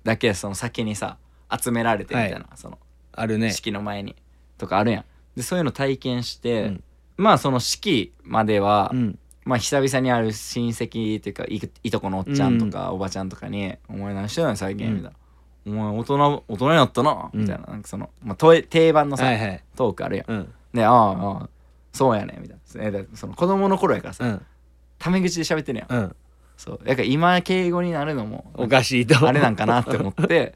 Speaker 1: だけその先にさ集められてみたいな、その
Speaker 2: あるね
Speaker 1: 式の前にとかあるやんでそういうの体験して、
Speaker 2: うん
Speaker 1: まあその式までは、
Speaker 2: うん
Speaker 1: まあ久々にある親戚っていうかいいとこのおっちゃんとかおばちゃんとかに「お前何してたの最近」
Speaker 2: うん
Speaker 1: みたいな「お前大人大人になったな」
Speaker 2: うん
Speaker 1: みたいななんかその、まあ、と定番のさ、
Speaker 2: はいはい
Speaker 1: トークあるやん
Speaker 2: うん
Speaker 1: で「ああああそうやね」みたいなえだその子供の頃やからさ、
Speaker 2: うん
Speaker 1: タメ口で喋ってんねやん、
Speaker 2: うん
Speaker 1: そうだから今敬語になるのも
Speaker 2: おかしいと
Speaker 1: あれなんかなって思 って「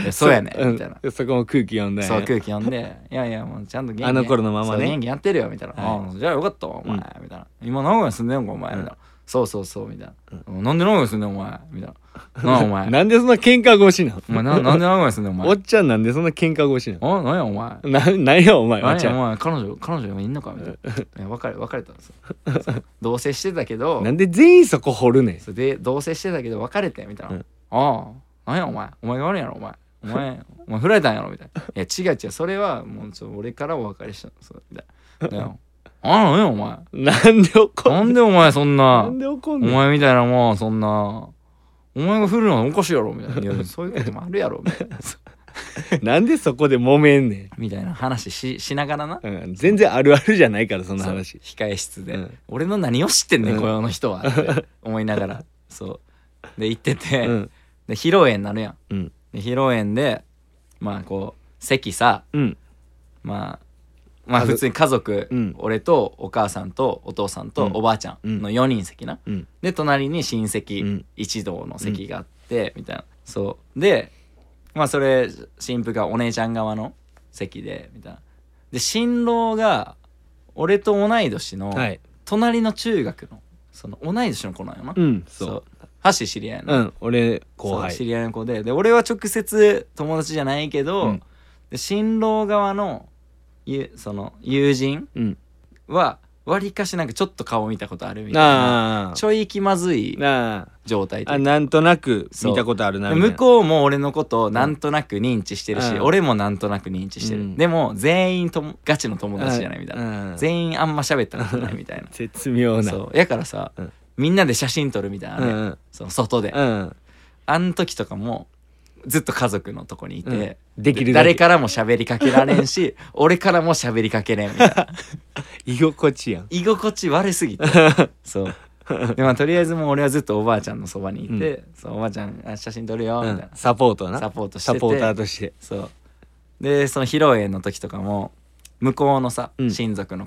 Speaker 1: いやそうやね」みたいな、
Speaker 2: うんそこも空気読んだんや
Speaker 1: そう空気読んで「いやいやもうちゃんと元気
Speaker 2: あの頃のまま
Speaker 1: そ
Speaker 2: ね
Speaker 1: う元気やってるよ」みたいな「
Speaker 2: はい
Speaker 1: ああじゃあよかったわお前」
Speaker 2: うん
Speaker 1: みたいな「今名古屋に住んでんのかお前」みたいな「そうそうそう」みたいな「なんで名古屋に住んでんのお前」みたいな「なあお前
Speaker 2: なんでそんな喧嘩腰なの
Speaker 1: お前ななんで名古屋に住んでんのお
Speaker 2: お
Speaker 1: 前
Speaker 2: っちゃんなんでそんな喧嘩腰なの
Speaker 1: あなんやお前
Speaker 2: ななんやお前おっ
Speaker 1: 何
Speaker 2: ちゃ
Speaker 1: や
Speaker 2: ん
Speaker 1: お前彼女彼女いんのか」みたいないや「別れ別れたんですよ」そう同棲してたけど
Speaker 2: なんで全員そこ掘るねん
Speaker 1: それで同棲してたけど別れてみたいな「
Speaker 2: うん
Speaker 1: ああなんやお前お前が悪いやろお前お 前お前振られたんやろ」みたいな「いや違う違うそれはもうちょ俺からお別れしたのそうみたいなで「あなんやお 前
Speaker 2: なんで怒ん
Speaker 1: なんでお前そん
Speaker 2: な
Speaker 1: なん
Speaker 2: で怒
Speaker 1: お
Speaker 2: んねん
Speaker 1: 前みたいなもんそんなお前が振るのはおかしいやろ」みたいな「 いやそういうこともあるやろ」みたいな
Speaker 2: なんでそこで揉めんね、
Speaker 1: みたいな話ししながらなん
Speaker 2: うん、全然あるあるじゃないからそんな
Speaker 1: そう
Speaker 2: 話
Speaker 1: 控え室で、
Speaker 2: うん
Speaker 1: 俺の何を知ってんねん
Speaker 2: うん
Speaker 1: 雇用の人 はって思いながらそうで行ってて、
Speaker 2: うん
Speaker 1: で披露宴になるやん
Speaker 2: うん
Speaker 1: で披露宴でまあこう席さ
Speaker 2: うん
Speaker 1: まあまあ
Speaker 2: 家族
Speaker 1: 普通に家族、
Speaker 2: うん
Speaker 1: 俺とお母さんとお父さんと
Speaker 2: うん
Speaker 1: おばあちゃんの4人席な、
Speaker 2: うん
Speaker 1: で隣に親
Speaker 2: う
Speaker 1: 戚
Speaker 2: ん
Speaker 1: 一同の席があって、みたいなそうでまあそれ新婦がお姉ちゃん側の席でみたいなで新郎が俺と同い年の
Speaker 2: はい
Speaker 1: 隣の中学のその同い年の子なんよな、
Speaker 2: うん
Speaker 1: そ
Speaker 2: そうう
Speaker 1: 箸知り合いやな
Speaker 2: うん俺後
Speaker 1: そう
Speaker 2: 輩
Speaker 1: 知り合いの子でで俺は直接友達じゃないけど、
Speaker 2: うん
Speaker 1: で新郎側のゆその友人
Speaker 2: うん
Speaker 1: はわりかしなんかちょっと顔見たことあるみたいな
Speaker 2: ああ
Speaker 1: ちょい気まずい
Speaker 2: な
Speaker 1: 状態と
Speaker 2: あ
Speaker 1: いうか
Speaker 2: なんとなく見たことあるなみたい
Speaker 1: 向
Speaker 2: な
Speaker 1: こうも俺のことをなんとなく認知してるし、
Speaker 2: うん
Speaker 1: 俺もなんとなく認知してる、
Speaker 2: うん
Speaker 1: でも全員ともガチの友達じゃないみたいな、
Speaker 2: な
Speaker 1: 全員あんま喋ったことないみ たいな
Speaker 2: 絶妙な
Speaker 1: そうやからさ、
Speaker 2: うん
Speaker 1: みんなで写真撮るみたいな
Speaker 2: う
Speaker 1: ね、
Speaker 2: んうん
Speaker 1: その外で、
Speaker 2: うん
Speaker 1: あん時とかもずっと家族のとこにいて、
Speaker 2: うんできるだ
Speaker 1: 誰
Speaker 2: け
Speaker 1: からも喋りかけられん し俺からも喋りかけれんみたいな
Speaker 2: 居心地やん
Speaker 1: 居心地悪すぎ てそうでまあとりあえずもう俺はずっとおばあちゃんのそばにいて、そうおばあちゃんあ写真撮るよみたいな
Speaker 2: うん、サポートな
Speaker 1: サポートして
Speaker 2: サ
Speaker 1: て
Speaker 2: ポーターとして
Speaker 1: そうでその披露宴の時とかも向こうのさ、
Speaker 2: うん
Speaker 1: 親族の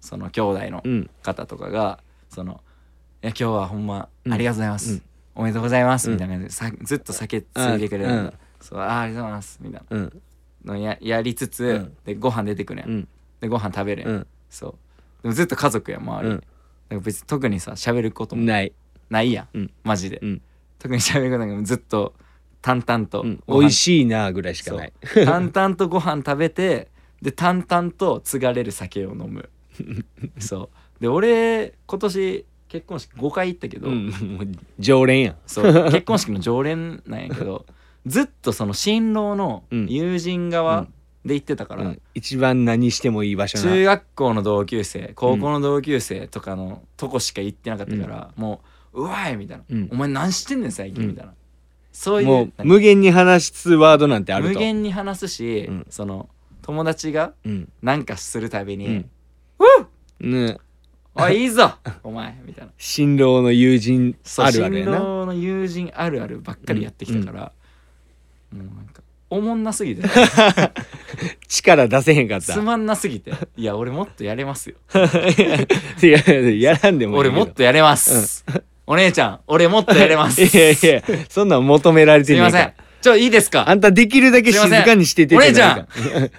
Speaker 1: その兄弟の
Speaker 2: うん
Speaker 1: 方とかがその「いや今日はほんま
Speaker 2: うん
Speaker 1: ありがとうございます、
Speaker 2: うん
Speaker 1: おめでとうございます」
Speaker 2: うん
Speaker 1: みたいな感じでさずっと酒ついでくれるんだ、
Speaker 2: うん
Speaker 1: そうあーありがとうございますみたいな
Speaker 2: うん
Speaker 1: のややりつつ、
Speaker 2: うん
Speaker 1: でご飯出てくるやん、
Speaker 2: うん
Speaker 1: でご飯食べるやん、
Speaker 2: うん
Speaker 1: そうでもずっと家族やん周り、
Speaker 2: う
Speaker 1: だから別に特にさ喋ること
Speaker 2: ん
Speaker 1: も
Speaker 2: ない
Speaker 1: ないやん、
Speaker 2: うん
Speaker 1: マジで、
Speaker 2: うん
Speaker 1: 特に喋ることなんかずっと淡々と
Speaker 2: うん
Speaker 1: ご飯
Speaker 2: 美味しいなぐらいしかない
Speaker 1: 淡々とご飯食べてで淡々と継がれる酒を飲 むそうで俺今年結婚式5回行ったけど、
Speaker 2: うんもう常連やん
Speaker 1: そう結婚式の常連なんやけ どずっとその新郎の
Speaker 2: うん
Speaker 1: 友人側で行ってたから、
Speaker 2: うん一番何してもいい場所
Speaker 1: 中
Speaker 2: な
Speaker 1: 学校の同級生高校の同級生とかのとこしか行ってなかったから、もう「うわい!」みたいな、
Speaker 2: うん
Speaker 1: お前何してんねん最近」
Speaker 2: うん
Speaker 1: みたいな、そういう
Speaker 2: も
Speaker 1: な
Speaker 2: うん
Speaker 1: か
Speaker 2: 無限に話すワードなんてあると
Speaker 1: 無限に話すし、
Speaker 2: うん
Speaker 1: その友達が
Speaker 2: うん
Speaker 1: なんかするたびに「
Speaker 2: うんね
Speaker 1: おいいい ぞお前みたいな
Speaker 2: 新郎の友人
Speaker 1: そう
Speaker 2: あるあるや
Speaker 1: 新
Speaker 2: な
Speaker 1: 郎の友人あるあるばっかりやってきたから、もうなんかおもんなすぎ て
Speaker 2: 力出せへんかった
Speaker 1: つまんなすぎていや俺もっとやれますよ
Speaker 2: いややらんでもいい
Speaker 1: 俺
Speaker 2: けど
Speaker 1: もっとやれます、お姉ちゃん俺もっとやれます
Speaker 2: いやいやそんなん求められ
Speaker 1: す
Speaker 2: て
Speaker 1: い
Speaker 2: ね
Speaker 1: ま
Speaker 2: えか
Speaker 1: せんちょいいです
Speaker 2: あ
Speaker 1: か
Speaker 2: んたできるだけ静かにして
Speaker 1: す
Speaker 2: て
Speaker 1: いません
Speaker 2: じない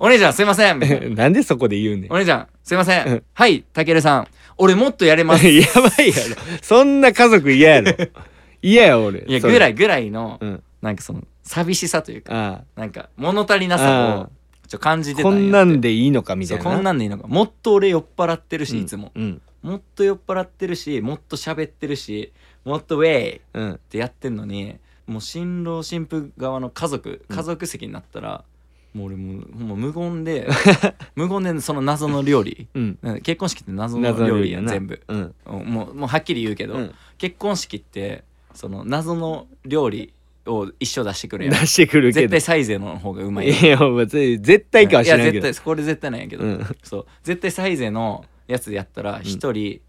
Speaker 1: お姉ちゃんすいませんみたい
Speaker 2: か なんでそこで言うねん
Speaker 1: なお姉ちゃんすいません、
Speaker 2: うん
Speaker 1: はいたけるさん俺もっとやれ ますい
Speaker 2: やばいやろそんな家族嫌や ろ嫌や俺
Speaker 1: や
Speaker 2: それ
Speaker 1: ぐらいぐらいの、
Speaker 2: うん
Speaker 1: なんかその寂しさというか
Speaker 2: あ
Speaker 1: なんか物足りなさ
Speaker 2: あ
Speaker 1: をちょ感じ
Speaker 2: あ
Speaker 1: てた
Speaker 2: こ
Speaker 1: んや
Speaker 2: んなんでいいのかみた
Speaker 1: そ
Speaker 2: いうな
Speaker 1: こんなんでいいのかもっと俺酔っ払ってるし、
Speaker 2: うん
Speaker 1: いつも
Speaker 2: うん
Speaker 1: もっと酔っ払ってるしもっと喋ってるしもっとウェイっ
Speaker 2: うん
Speaker 1: てやってんのにもう新郎新婦側の家族
Speaker 2: うん
Speaker 1: 家族席になったら、もう俺もうもう無言 で無言でその謎の料理
Speaker 2: うん
Speaker 1: なんか結婚式って謎の
Speaker 2: 謎の
Speaker 1: 料
Speaker 2: 料
Speaker 1: 理
Speaker 2: 理
Speaker 1: や
Speaker 2: や
Speaker 1: ん
Speaker 2: な
Speaker 1: 全部
Speaker 2: うん
Speaker 1: もうもうはっきり言うけど、
Speaker 2: うん
Speaker 1: 結婚式ってその謎の料理を一生出してくる
Speaker 2: 出
Speaker 1: やん
Speaker 2: してくるけ
Speaker 1: 絶
Speaker 2: ど
Speaker 1: 対サイゼの方がうまいやん
Speaker 2: いやお前絶対かはしない
Speaker 1: や
Speaker 2: け
Speaker 1: 絶
Speaker 2: ど
Speaker 1: 対これ絶対なんやけど、
Speaker 2: うん
Speaker 1: そう絶対サイゼのやつでやったら1人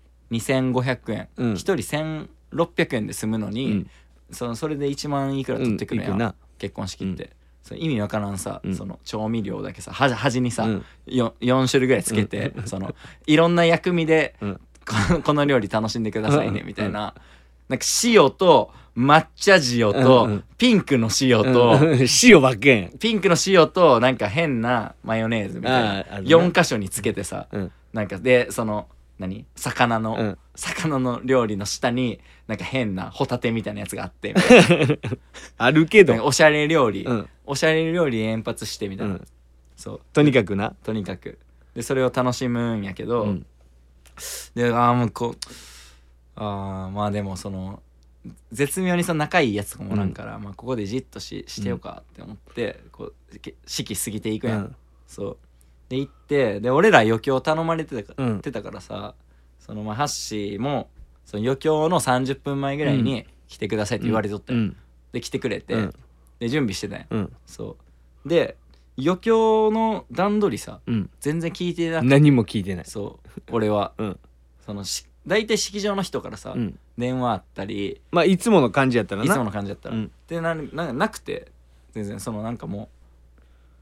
Speaker 1: 2500円、
Speaker 2: うん
Speaker 1: 一1人1600円で済むのに、
Speaker 2: うん
Speaker 1: そのそれで1万いくら取ってくるやん、
Speaker 2: うんいくな
Speaker 1: 結婚式って、その意味わからんさ、
Speaker 2: うん
Speaker 1: その調味料だけさ端端にさ、
Speaker 2: うん
Speaker 1: よ4種類ぐらいつけて、そのいろんな薬味で、
Speaker 2: うん
Speaker 1: この この料理楽しんでくださいね
Speaker 2: うん
Speaker 1: みたいな。なんか塩と抹茶塩と、
Speaker 2: うんうん
Speaker 1: ピンクの塩と、
Speaker 2: うん塩ばっけん
Speaker 1: ピンクの塩となんか変なマヨネーズみたい
Speaker 2: あ
Speaker 1: な
Speaker 2: ーあるな
Speaker 1: 4箇所につけてさ、
Speaker 2: うん
Speaker 1: なんかでその何魚の、
Speaker 2: うん
Speaker 1: 魚の料理の下になんか変なホタテみたいなやつがあ ってみたいな
Speaker 2: あるけ
Speaker 1: なんか
Speaker 2: ど
Speaker 1: おしゃれ料理、
Speaker 2: うん
Speaker 1: おしゃれ料理連発してみた
Speaker 2: う
Speaker 1: いな、
Speaker 2: ん
Speaker 1: そう
Speaker 2: とにかくな
Speaker 1: とにかくでそれを楽しむんやけど、
Speaker 2: うん
Speaker 1: でああもうこうああまあでもその絶妙にその仲いいやつとかもおらんから、まあここでじっとししてようかって思って、こうけ式過ぎていく
Speaker 2: う
Speaker 1: やん
Speaker 2: ん
Speaker 1: そうで行ってで俺ら余興頼まれてた,、
Speaker 2: うん
Speaker 1: てたからさそのまあハッシーもその余興の30分前ぐらいに来てくださいって言われとった
Speaker 2: う
Speaker 1: よ
Speaker 2: ん
Speaker 1: で来てくれて、
Speaker 2: うん
Speaker 1: で準備してたんや
Speaker 2: うん
Speaker 1: そうで余興の段取りさ
Speaker 2: うん
Speaker 1: 全然聞いてなくて
Speaker 2: 何も聞いてない
Speaker 1: そう俺は、
Speaker 2: うん
Speaker 1: そのし大体式場の人からさ、
Speaker 2: うん
Speaker 1: 電話あったり
Speaker 2: まあいつもの感じやったら
Speaker 1: い
Speaker 2: な
Speaker 1: つもの感じだったら、
Speaker 2: うん
Speaker 1: でなななくて全然そのなんかもう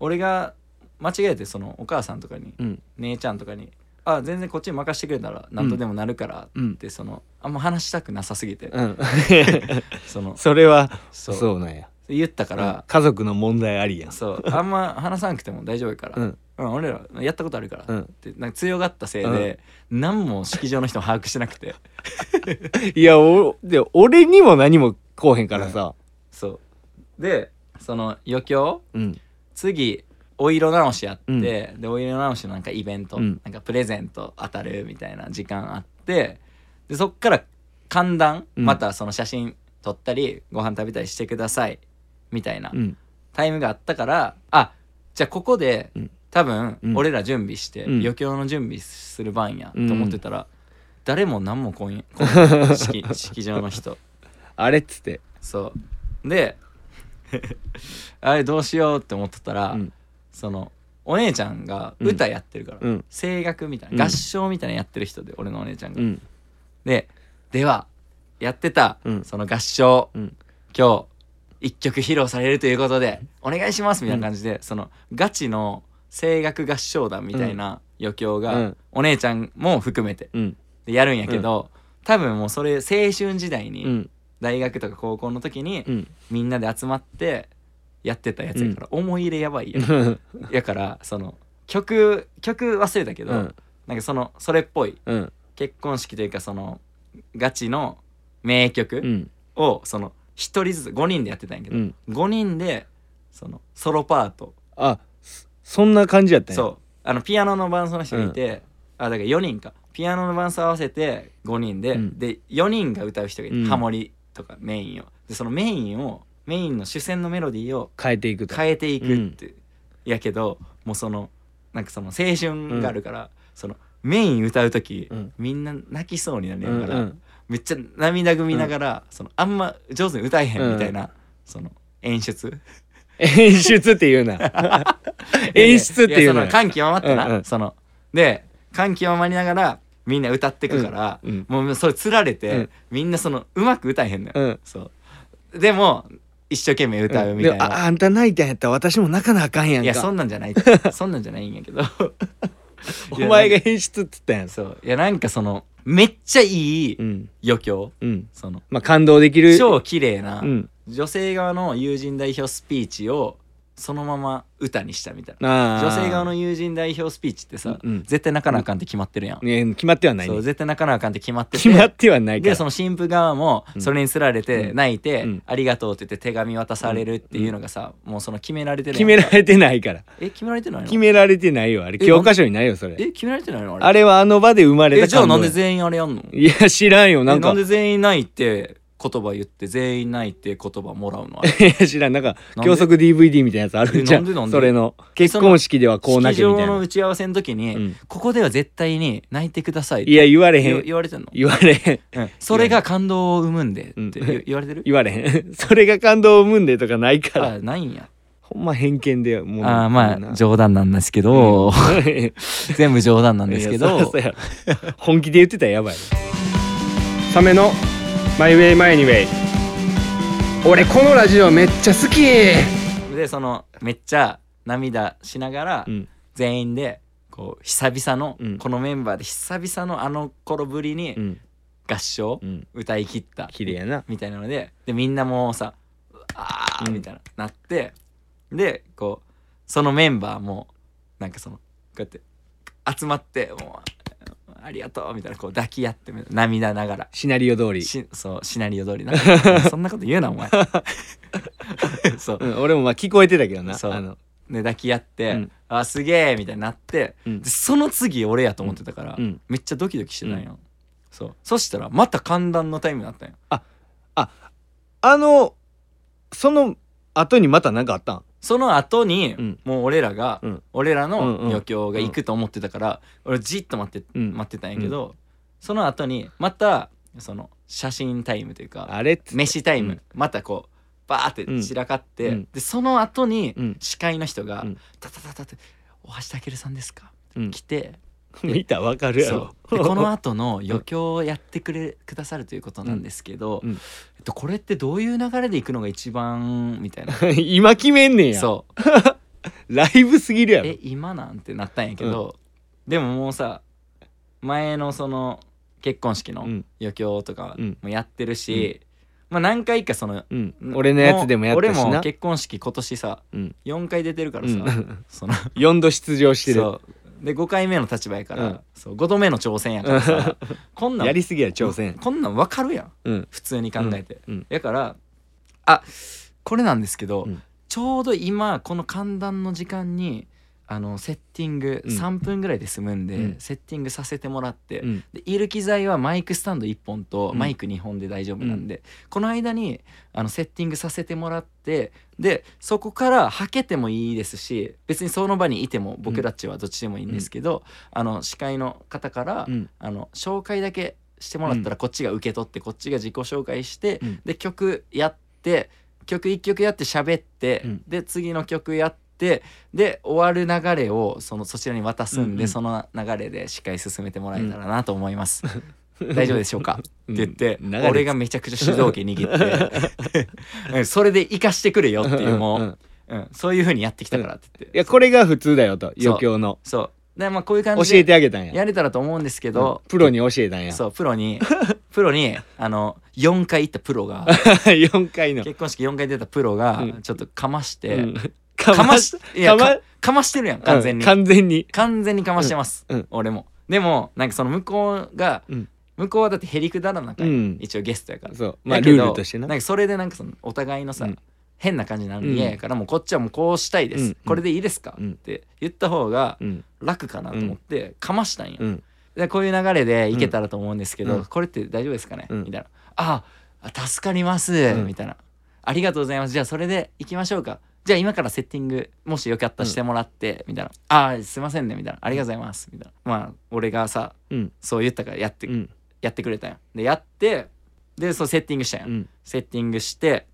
Speaker 1: 俺が間違えてそのお母さんとかに
Speaker 2: うん
Speaker 1: 姉ちゃんとかに「あ全然こっちに任してくれたら何とでもなるから」
Speaker 2: うん
Speaker 1: ってそのあんま話したくなさすぎて、
Speaker 2: うん
Speaker 1: その
Speaker 2: それは
Speaker 1: そう
Speaker 2: そうなんや
Speaker 1: 言ったから、
Speaker 2: 家族の問題ありやん
Speaker 1: そうあんま話さなくても大丈夫やから、う
Speaker 2: うんん
Speaker 1: 俺らやったことあるから、
Speaker 2: う
Speaker 1: っ
Speaker 2: ん
Speaker 1: てなんか強がったせいで、何も式場の人も把握してなくて
Speaker 2: いやおで俺にも何もこうへんからさ
Speaker 1: そうでその余興
Speaker 2: うん
Speaker 1: 次お色直しあって、
Speaker 2: うん
Speaker 1: でお色直しのなんかイベント、
Speaker 2: うん
Speaker 1: なんかプレゼント当たるみたいな時間あってでそっから寒暖
Speaker 2: うん
Speaker 1: またその写真撮ったりご飯食べたりしてくださいみたいな
Speaker 2: うん
Speaker 1: タイムがあったからあじゃあここで、
Speaker 2: うん
Speaker 1: 多分
Speaker 2: うん
Speaker 1: 俺ら準備して、
Speaker 2: うん
Speaker 1: 余興の準備する番やと思ってたら、誰も何も来んや 来ん式式場の人
Speaker 2: あれっつって
Speaker 1: そうで あれどうしようって思ってたら、
Speaker 2: うん
Speaker 1: そのお姉ちゃんが
Speaker 2: うん
Speaker 1: 歌やってるから、
Speaker 2: うん
Speaker 1: 声楽みたい
Speaker 2: うん
Speaker 1: な合唱みたいなのやってる人で俺のお姉ちゃんが、
Speaker 2: うん
Speaker 1: でではやってた、
Speaker 2: うん
Speaker 1: その合唱、
Speaker 2: うん
Speaker 1: 今日一曲披露されるということでお願いしますみたいな感じで、そのガチの声楽合唱団みたいな余興が、
Speaker 2: うん
Speaker 1: お姉ちゃんも含めて
Speaker 2: うん
Speaker 1: でやるんやけど、多分もうそれ青春時代に、
Speaker 2: うん
Speaker 1: 大学とか高校の時に、
Speaker 2: うん
Speaker 1: みんなで集まってやってたやつやから、思い入れやばいやん
Speaker 2: うん
Speaker 1: やからその曲曲忘れたけど、
Speaker 2: うん
Speaker 1: なんかそのそれっぽい
Speaker 2: うん
Speaker 1: 結婚式というかそのガチの名
Speaker 2: う
Speaker 1: 曲
Speaker 2: ん
Speaker 1: をその一人ずつ5人でやってたんやけど、
Speaker 2: うん
Speaker 1: 5人でそのソロパート、
Speaker 2: あそそんな感じやったんや
Speaker 1: そうあのピアノの伴奏の人がいて、あだから4人かピアノの伴奏合わせて5人で、
Speaker 2: うん
Speaker 1: で4人が歌う人がいて、
Speaker 2: うん
Speaker 1: ハモリとかメインをでそのメインをメインの主戦のメロディーを
Speaker 2: 変えていくと
Speaker 1: 変えていくって、やけどもうそのなんかその青春があるから、そのメイン歌う時、
Speaker 2: うん
Speaker 1: みんな泣きそうになるや
Speaker 2: うん
Speaker 1: んから、
Speaker 2: うん
Speaker 1: めっちゃ涙ぐみながら、そのあんま上手に歌えへんみたいな、その演出
Speaker 2: 演出っ ていうな 演出っていう
Speaker 1: やそ
Speaker 2: な
Speaker 1: の感極まってな、
Speaker 2: うんうん
Speaker 1: そので感極まりながらみんな歌ってくから、
Speaker 2: うん
Speaker 1: もうそれつられて、
Speaker 2: うん
Speaker 1: みんなそのうまく歌えへんのよ、
Speaker 2: うん
Speaker 1: そうでも一生懸命歌うみたい
Speaker 2: でも
Speaker 1: な、
Speaker 2: ああんた泣いたんやったら私も泣かなあかんやんか
Speaker 1: いやそんなんじゃないそんなんじゃないんやけど
Speaker 2: お前
Speaker 1: いやなん
Speaker 2: が
Speaker 1: か
Speaker 2: 演出っつったやん
Speaker 1: そういやなんかそのめっちゃいい
Speaker 2: うん
Speaker 1: 余興、
Speaker 2: うん
Speaker 1: その
Speaker 2: まあ感動できる
Speaker 1: 超綺麗な
Speaker 2: うん
Speaker 1: 女性側の友人代表スピーチをそのまま歌にしたみたいな
Speaker 2: ああ
Speaker 1: 女性側の友人代表スピーチってさ、
Speaker 2: うん
Speaker 1: 絶対泣かなあかんって決まってるやん、
Speaker 2: ね決まってはない
Speaker 1: そう
Speaker 2: ね
Speaker 1: 絶対泣かなあかんって決まってて
Speaker 2: 決まってはないか
Speaker 1: で
Speaker 2: ら
Speaker 1: その新婦側も
Speaker 2: うん
Speaker 1: それにつられて
Speaker 2: うん
Speaker 1: 泣いて「
Speaker 2: うん
Speaker 1: ありがとう」って言って手紙渡されるっていうのがさ、もうその決められてる
Speaker 2: 決
Speaker 1: やん
Speaker 2: められてないから
Speaker 1: え決められてないの
Speaker 2: 決められてないよあれ
Speaker 1: え
Speaker 2: 教科書にないよそれ
Speaker 1: え決められてないのあれ
Speaker 2: あれはあの場で生まれ
Speaker 1: え
Speaker 2: た
Speaker 1: じゃあ
Speaker 2: 感動
Speaker 1: なんで全員あれやんの
Speaker 2: いや知らんよ
Speaker 1: な
Speaker 2: なんん
Speaker 1: な
Speaker 2: か
Speaker 1: んで全員ないって言葉言って全員ないって言葉もらうのあれ
Speaker 2: いや知らんなんか
Speaker 1: なんで
Speaker 2: 教則 DVD みたいなやつあるんじゃ
Speaker 1: えなんでなん
Speaker 2: ん
Speaker 1: で
Speaker 2: それの結婚式ではこう泣
Speaker 1: 式
Speaker 2: けみた
Speaker 1: 場
Speaker 2: い
Speaker 1: の
Speaker 2: な
Speaker 1: 打ち合わせの時に、
Speaker 2: うん
Speaker 1: ここでは絶対に泣いてくださいって
Speaker 2: いや言われへ
Speaker 1: 言
Speaker 2: ん
Speaker 1: 言われてんの、
Speaker 2: 言われへん
Speaker 1: うんそれが感動を生むんで
Speaker 2: うん
Speaker 1: って言言われてる、
Speaker 2: 言われへん それが感動を生むんでとかないから
Speaker 1: あないんや
Speaker 2: ほんま偏見でもう
Speaker 1: あー
Speaker 2: みん
Speaker 1: ま
Speaker 2: な
Speaker 1: あ冗談なんですけど、
Speaker 2: い
Speaker 1: 全部冗談なんですけ
Speaker 2: やそら
Speaker 1: ど
Speaker 2: そうやろ本気で言ってたらやばいサメのマイウェイマイニウェイ俺このラジオめっちゃ好き
Speaker 1: でそのめっちゃ涙しながら、
Speaker 2: うん
Speaker 1: 全員でこう久々の、
Speaker 2: うん
Speaker 1: このメンバーで久々のあの頃ぶりに
Speaker 2: うん
Speaker 1: 合唱、
Speaker 2: うん
Speaker 1: 歌い切った
Speaker 2: 綺麗やな
Speaker 1: みたいなのででみんなもうさ「うわあ」
Speaker 2: うん
Speaker 1: みたいな、なってでこうそのメンバーもなんかそのこうやって集まって「もうありがとう」みたいなこう抱き合って涙ながら。
Speaker 2: シナリオ通り、
Speaker 1: しそうシナリオ通りな そんなこと言うなお前そう
Speaker 2: うん、俺もまあ聞こえてたけどな
Speaker 1: そう
Speaker 2: あの
Speaker 1: で抱き合って「
Speaker 2: うん
Speaker 1: あすげえ」みたいになって、
Speaker 2: うん
Speaker 1: でその次俺やと思ってたから、
Speaker 2: うん
Speaker 1: めっちゃドキドキしてたんよ、そうそしたらまた寒暖のタイムだったんよ
Speaker 2: あのその後にまた何かあったん
Speaker 1: その後に、
Speaker 2: うん
Speaker 1: もう俺らが、
Speaker 2: うん
Speaker 1: 俺ら
Speaker 2: うん
Speaker 1: の
Speaker 2: うん
Speaker 1: 余興が行くと思ってたから、俺じっと待って、
Speaker 2: うん
Speaker 1: 待ってたんやけど、その後にまたその写真タイムというか
Speaker 2: あれっつって
Speaker 1: 飯タイム、
Speaker 2: うん
Speaker 1: またこうバーって散らかって、
Speaker 2: うん
Speaker 1: でその後に
Speaker 2: うん
Speaker 1: 司会の人が
Speaker 2: うん
Speaker 1: 「タタタタ」って「大橋健さんですか?」
Speaker 2: うん
Speaker 1: 来て、
Speaker 2: 見たらわかるやろ
Speaker 1: そうでこの後の余興をやってくれくださるということなんですけど、
Speaker 2: うんうん
Speaker 1: えっと、これってどういう流れで行くのが一番みたいな
Speaker 2: 今決めんねんや
Speaker 1: そう
Speaker 2: ライブすぎるやろ
Speaker 1: え今なんてなったんやけど、でももうさ前のその結婚式の
Speaker 2: うん
Speaker 1: 余興とか
Speaker 2: うん
Speaker 1: もやってるし、まあ何回かその
Speaker 2: うん、俺のやつでもやったしな
Speaker 1: 俺も結婚式今年さ
Speaker 2: うん
Speaker 1: 4回出てるから
Speaker 2: う
Speaker 1: さ、
Speaker 2: ん、
Speaker 1: その
Speaker 2: 4度出場して る
Speaker 1: そうで5回目の立場やから、
Speaker 2: うん
Speaker 1: そう5度目の挑戦やからさこんなん
Speaker 2: やりすぎや挑戦
Speaker 1: こんなん分かるやん
Speaker 2: うん
Speaker 1: 普通に考えて、
Speaker 2: うん
Speaker 1: やからあこれなんですけど、
Speaker 2: うん
Speaker 1: ちょうど今この寒暖の時間にあのセッティング
Speaker 2: うん
Speaker 1: 3分ぐらいで済むんで、
Speaker 2: うん
Speaker 1: セッティングさせてもらって、
Speaker 2: うん
Speaker 1: でいる機材はマイクスタンド1本と
Speaker 2: うん
Speaker 1: マイク2本で大丈夫なんで、この間にあのセッティングさせてもらってでそこからはけてもいいですし別にその場にいても僕たちはどっちでもいいんですけど、あの司会の方から、
Speaker 2: うん
Speaker 1: あの紹介だけしてもらったらこっちが受け取ってこっちが自己紹介して、
Speaker 2: うん
Speaker 1: で曲やって曲1曲やって喋って、
Speaker 2: うん
Speaker 1: で次の曲やってで終わる流れをそのそちらに渡すんで、
Speaker 2: うんうん
Speaker 1: その流れで司会進めてもらえたらなと思います。 大丈夫でしょうかって言って、
Speaker 2: うん流れ
Speaker 1: 俺がめちゃくちゃ主導権握 って、うんそれで生かしてくれよっていうもう、
Speaker 2: んん
Speaker 1: うんそういう風にやってきたからって言って、
Speaker 2: いやこれが普通だよと余興の
Speaker 1: そうでまあこういう感
Speaker 2: 教
Speaker 1: じ
Speaker 2: え
Speaker 1: で
Speaker 2: てあげたんや
Speaker 1: やれたらと思うんですけど、
Speaker 2: プロに教えたんや
Speaker 1: そうプロに プロにあの4回行ったプロ が
Speaker 2: 4回の
Speaker 1: 結婚式4回出たプロが
Speaker 2: うん
Speaker 1: ちょっとかまして、
Speaker 2: うん
Speaker 1: かましいや
Speaker 2: かま
Speaker 1: かかましてるやん完全に、
Speaker 2: うん完全に
Speaker 1: 完全にかましてます、
Speaker 2: うんうん
Speaker 1: 俺もでもなんかその向こうが、
Speaker 2: うん
Speaker 1: 向こうはだってへりくだらなか
Speaker 2: う
Speaker 1: ら、
Speaker 2: ん
Speaker 1: 一応ゲストやから
Speaker 2: そうまあ
Speaker 1: だけ
Speaker 2: ル
Speaker 1: ど
Speaker 2: ールとしてな
Speaker 1: なんかそれでなんかそのお互いのさ、
Speaker 2: うん
Speaker 1: 変な感じになるの嫌やから、もうこっちはもうこうしたいです、
Speaker 2: うん
Speaker 1: これでいいですか、
Speaker 2: うん
Speaker 1: って言った方が
Speaker 2: うん
Speaker 1: 楽かなと思ってかましたんよ、
Speaker 2: うん
Speaker 1: でこういう流れでいけたらと思うんですけど、
Speaker 2: うん
Speaker 1: これって大丈夫ですかね、
Speaker 2: うん
Speaker 1: みたいな「ああ助かります」
Speaker 2: ん
Speaker 1: みたいな「ありがとうございますじゃあそれで行きましょうか」じゃあ今からセッティングもしよかったらしてもらって、みたいな「ああすいませんね」みたいな「ありがとうございます」みたいなまあ俺がさ
Speaker 2: うん
Speaker 1: そう言ったからやって、
Speaker 2: うん
Speaker 1: やってくれたんよでやってでそうセッティングしたんよ、
Speaker 2: うん
Speaker 1: セッティングして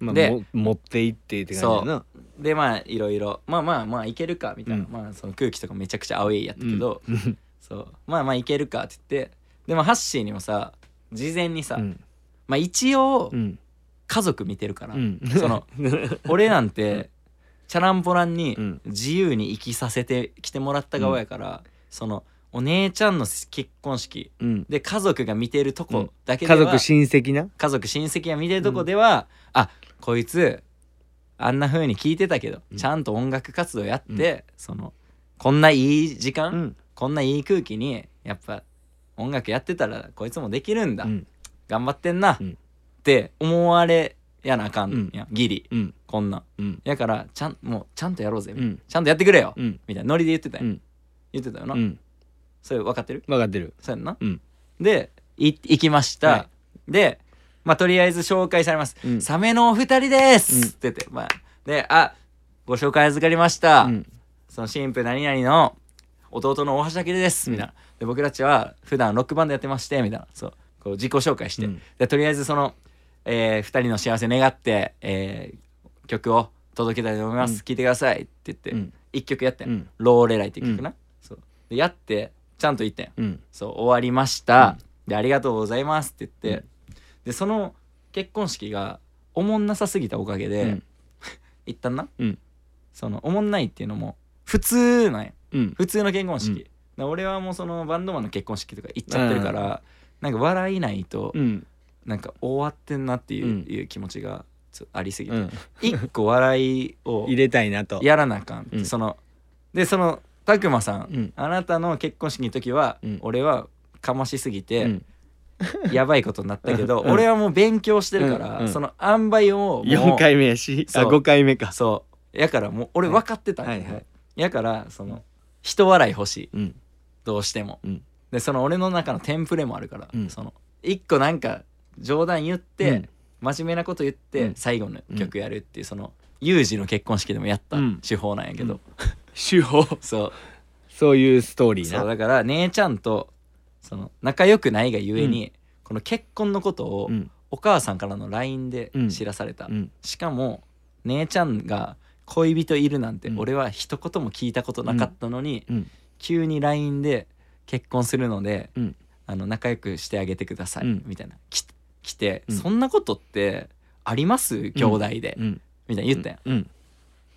Speaker 2: まあ
Speaker 1: で
Speaker 2: も持って行ってって感じやな
Speaker 1: でまあいろいろまあまあまあいけるかみたいな、
Speaker 2: うん
Speaker 1: まあその空気とかめちゃくちゃ青いやったけど、
Speaker 2: うん
Speaker 1: そうまあまあいけるかって言ってでもハッシーにもさ事前にさ、
Speaker 2: うん
Speaker 1: まあ一応
Speaker 2: うん
Speaker 1: 家族見てるから、
Speaker 2: うん
Speaker 1: その俺なんてチャランポランに
Speaker 2: うん
Speaker 1: 自由に生きさせてきてもらった側やから、そのお姉ちゃんの結婚式
Speaker 2: うん
Speaker 1: で家族が見てるとこだけで
Speaker 2: 家
Speaker 1: は、
Speaker 2: 族親戚な
Speaker 1: 家族親戚が見てるとこでは、あこいつあんな風に聞いてたけど、
Speaker 2: うん
Speaker 1: ちゃんと音楽活動やって、そのこんないい時間、
Speaker 2: うん
Speaker 1: こんないい空気にやっぱ音楽やってたらこいつもできるんだ、
Speaker 2: うん
Speaker 1: 頑張ってんな、
Speaker 2: うん
Speaker 1: って思われやなあかんや、ん、ギリ
Speaker 2: うん
Speaker 1: こんなん
Speaker 2: うん
Speaker 1: やからちゃんもうちゃんとやろうぜ、
Speaker 2: うん
Speaker 1: ちゃんとやってくれよ、
Speaker 2: うん
Speaker 1: みたいなノリで言ってたよ、
Speaker 2: うん
Speaker 1: 言ってたよな、
Speaker 2: うん
Speaker 1: それ分かってる
Speaker 2: 分かってる
Speaker 1: そうやんな、
Speaker 2: うん
Speaker 1: でい行きました、
Speaker 2: は
Speaker 1: でまあとりあえず紹介されます
Speaker 2: うん
Speaker 1: サメのお二人です、
Speaker 2: うん
Speaker 1: って言って、まあ、で、あ、ご紹介預かりました。
Speaker 2: うん
Speaker 1: その新婦何々の弟の大橋明です、
Speaker 2: うん
Speaker 1: みたいな。で、僕たちは普段ロックバンドやってまして、みたいな。そう、こう自己紹介して。
Speaker 2: うん
Speaker 1: で、とりあえずその、えー二人の幸せ願って、えー曲を届けたいと思います。
Speaker 2: うん
Speaker 1: 聞いてくださいって言って、
Speaker 2: うん
Speaker 1: 一曲やってん、
Speaker 2: うん
Speaker 1: ローレライっていう曲な。そう。で、やって、ちゃんと言ってん。
Speaker 2: うん
Speaker 1: そう終わりました、でありがとうございますって言って、
Speaker 2: う
Speaker 1: でその結婚式がおもんなさすぎたおかげで、
Speaker 2: うん
Speaker 1: 一旦な、
Speaker 2: うん
Speaker 1: そのおもんないっていうのも普通なんや
Speaker 2: うん
Speaker 1: 普通の結婚式、
Speaker 2: うん
Speaker 1: だから俺はもうそのバンドマンの結婚式とか行っちゃってるから、なんか笑いないと、
Speaker 2: うん
Speaker 1: なんか終わってんなっていう,、
Speaker 2: うん
Speaker 1: いう気持ちがちょありすぎ
Speaker 2: う
Speaker 1: て、
Speaker 2: ん
Speaker 1: 一個笑いを
Speaker 2: 入れたいなと
Speaker 1: やらなあかんって、
Speaker 2: うん
Speaker 1: そのでそのたくまさん、
Speaker 2: うん
Speaker 1: あなたの結婚式の時は、
Speaker 2: うん
Speaker 1: 俺はかましすぎて、
Speaker 2: うん
Speaker 1: やばいことになったけど、
Speaker 2: うん
Speaker 1: 俺はもう勉強してるから、
Speaker 2: うんうん
Speaker 1: その塩梅をもう
Speaker 2: 4回目やしあ
Speaker 1: そう
Speaker 2: 5回目か
Speaker 1: そうやからもう俺分かってたんや、
Speaker 2: はいはいはい
Speaker 1: やからその人笑い欲しい
Speaker 2: うん
Speaker 1: どうしても、
Speaker 2: うん
Speaker 1: でその俺の中のテンプレもあるから、
Speaker 2: うん
Speaker 1: その一個なんか冗談言って、
Speaker 2: うん
Speaker 1: 真面目なこと言って、
Speaker 2: うん
Speaker 1: 最後の曲やるっていうその有事の結婚式でもやった
Speaker 2: うん
Speaker 1: 手法なんやけど、
Speaker 2: う手法
Speaker 1: そう
Speaker 2: そういうストーリー
Speaker 1: そう
Speaker 2: な
Speaker 1: だから姉ちゃんとその仲良くないがゆえに、この結婚のことを
Speaker 2: うん
Speaker 1: お母さんからの LINE で
Speaker 2: うん
Speaker 1: 知らされた、
Speaker 2: うん
Speaker 1: しかも姉ちゃんが恋人いるなんて
Speaker 2: うん
Speaker 1: 俺は一言も聞いたことなかったのに、
Speaker 2: うん
Speaker 1: 急に LINE で結婚するので、
Speaker 2: うん
Speaker 1: あの仲良くしてあげてください、
Speaker 2: うん
Speaker 1: みたいなき来て、
Speaker 2: うん
Speaker 1: そんなことってあります兄弟で、
Speaker 2: うん
Speaker 1: みたいな言ったよ、
Speaker 2: うん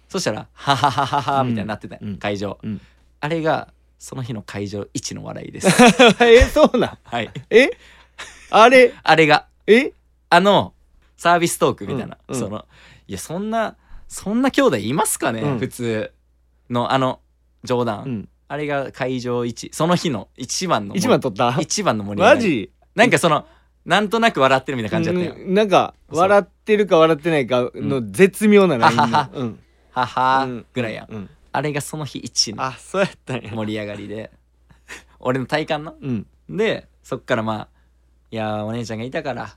Speaker 1: そしたら「ははははは」みたいになってたよ、
Speaker 2: うん
Speaker 1: 会場、
Speaker 2: うん
Speaker 1: あれがその日の会場一の笑いです
Speaker 2: えそうなん
Speaker 1: はい
Speaker 2: えあれ
Speaker 1: あれが
Speaker 2: え
Speaker 1: あのサービストークみたいな、
Speaker 2: うんうん
Speaker 1: そのいやそんなそんな兄弟いますかね、
Speaker 2: うん
Speaker 1: 普通のあの冗談、
Speaker 2: うん
Speaker 1: あれが会場一その日の一番の
Speaker 2: 一番取った
Speaker 1: 一番の盛り上がり
Speaker 2: マジ
Speaker 1: なんかそのなんとなく笑ってるみたいな感じだったよ、
Speaker 2: うんなんか
Speaker 1: そう
Speaker 2: 笑ってるか笑ってないかの絶妙なラインのうん
Speaker 1: はは
Speaker 2: うん
Speaker 1: ーぐらいや、
Speaker 2: うん
Speaker 1: あれがその日一の
Speaker 2: あそうやったんや
Speaker 1: 盛り上がり で俺の体感の
Speaker 2: うん
Speaker 1: でそっからまあいやーお姉ちゃんがいたから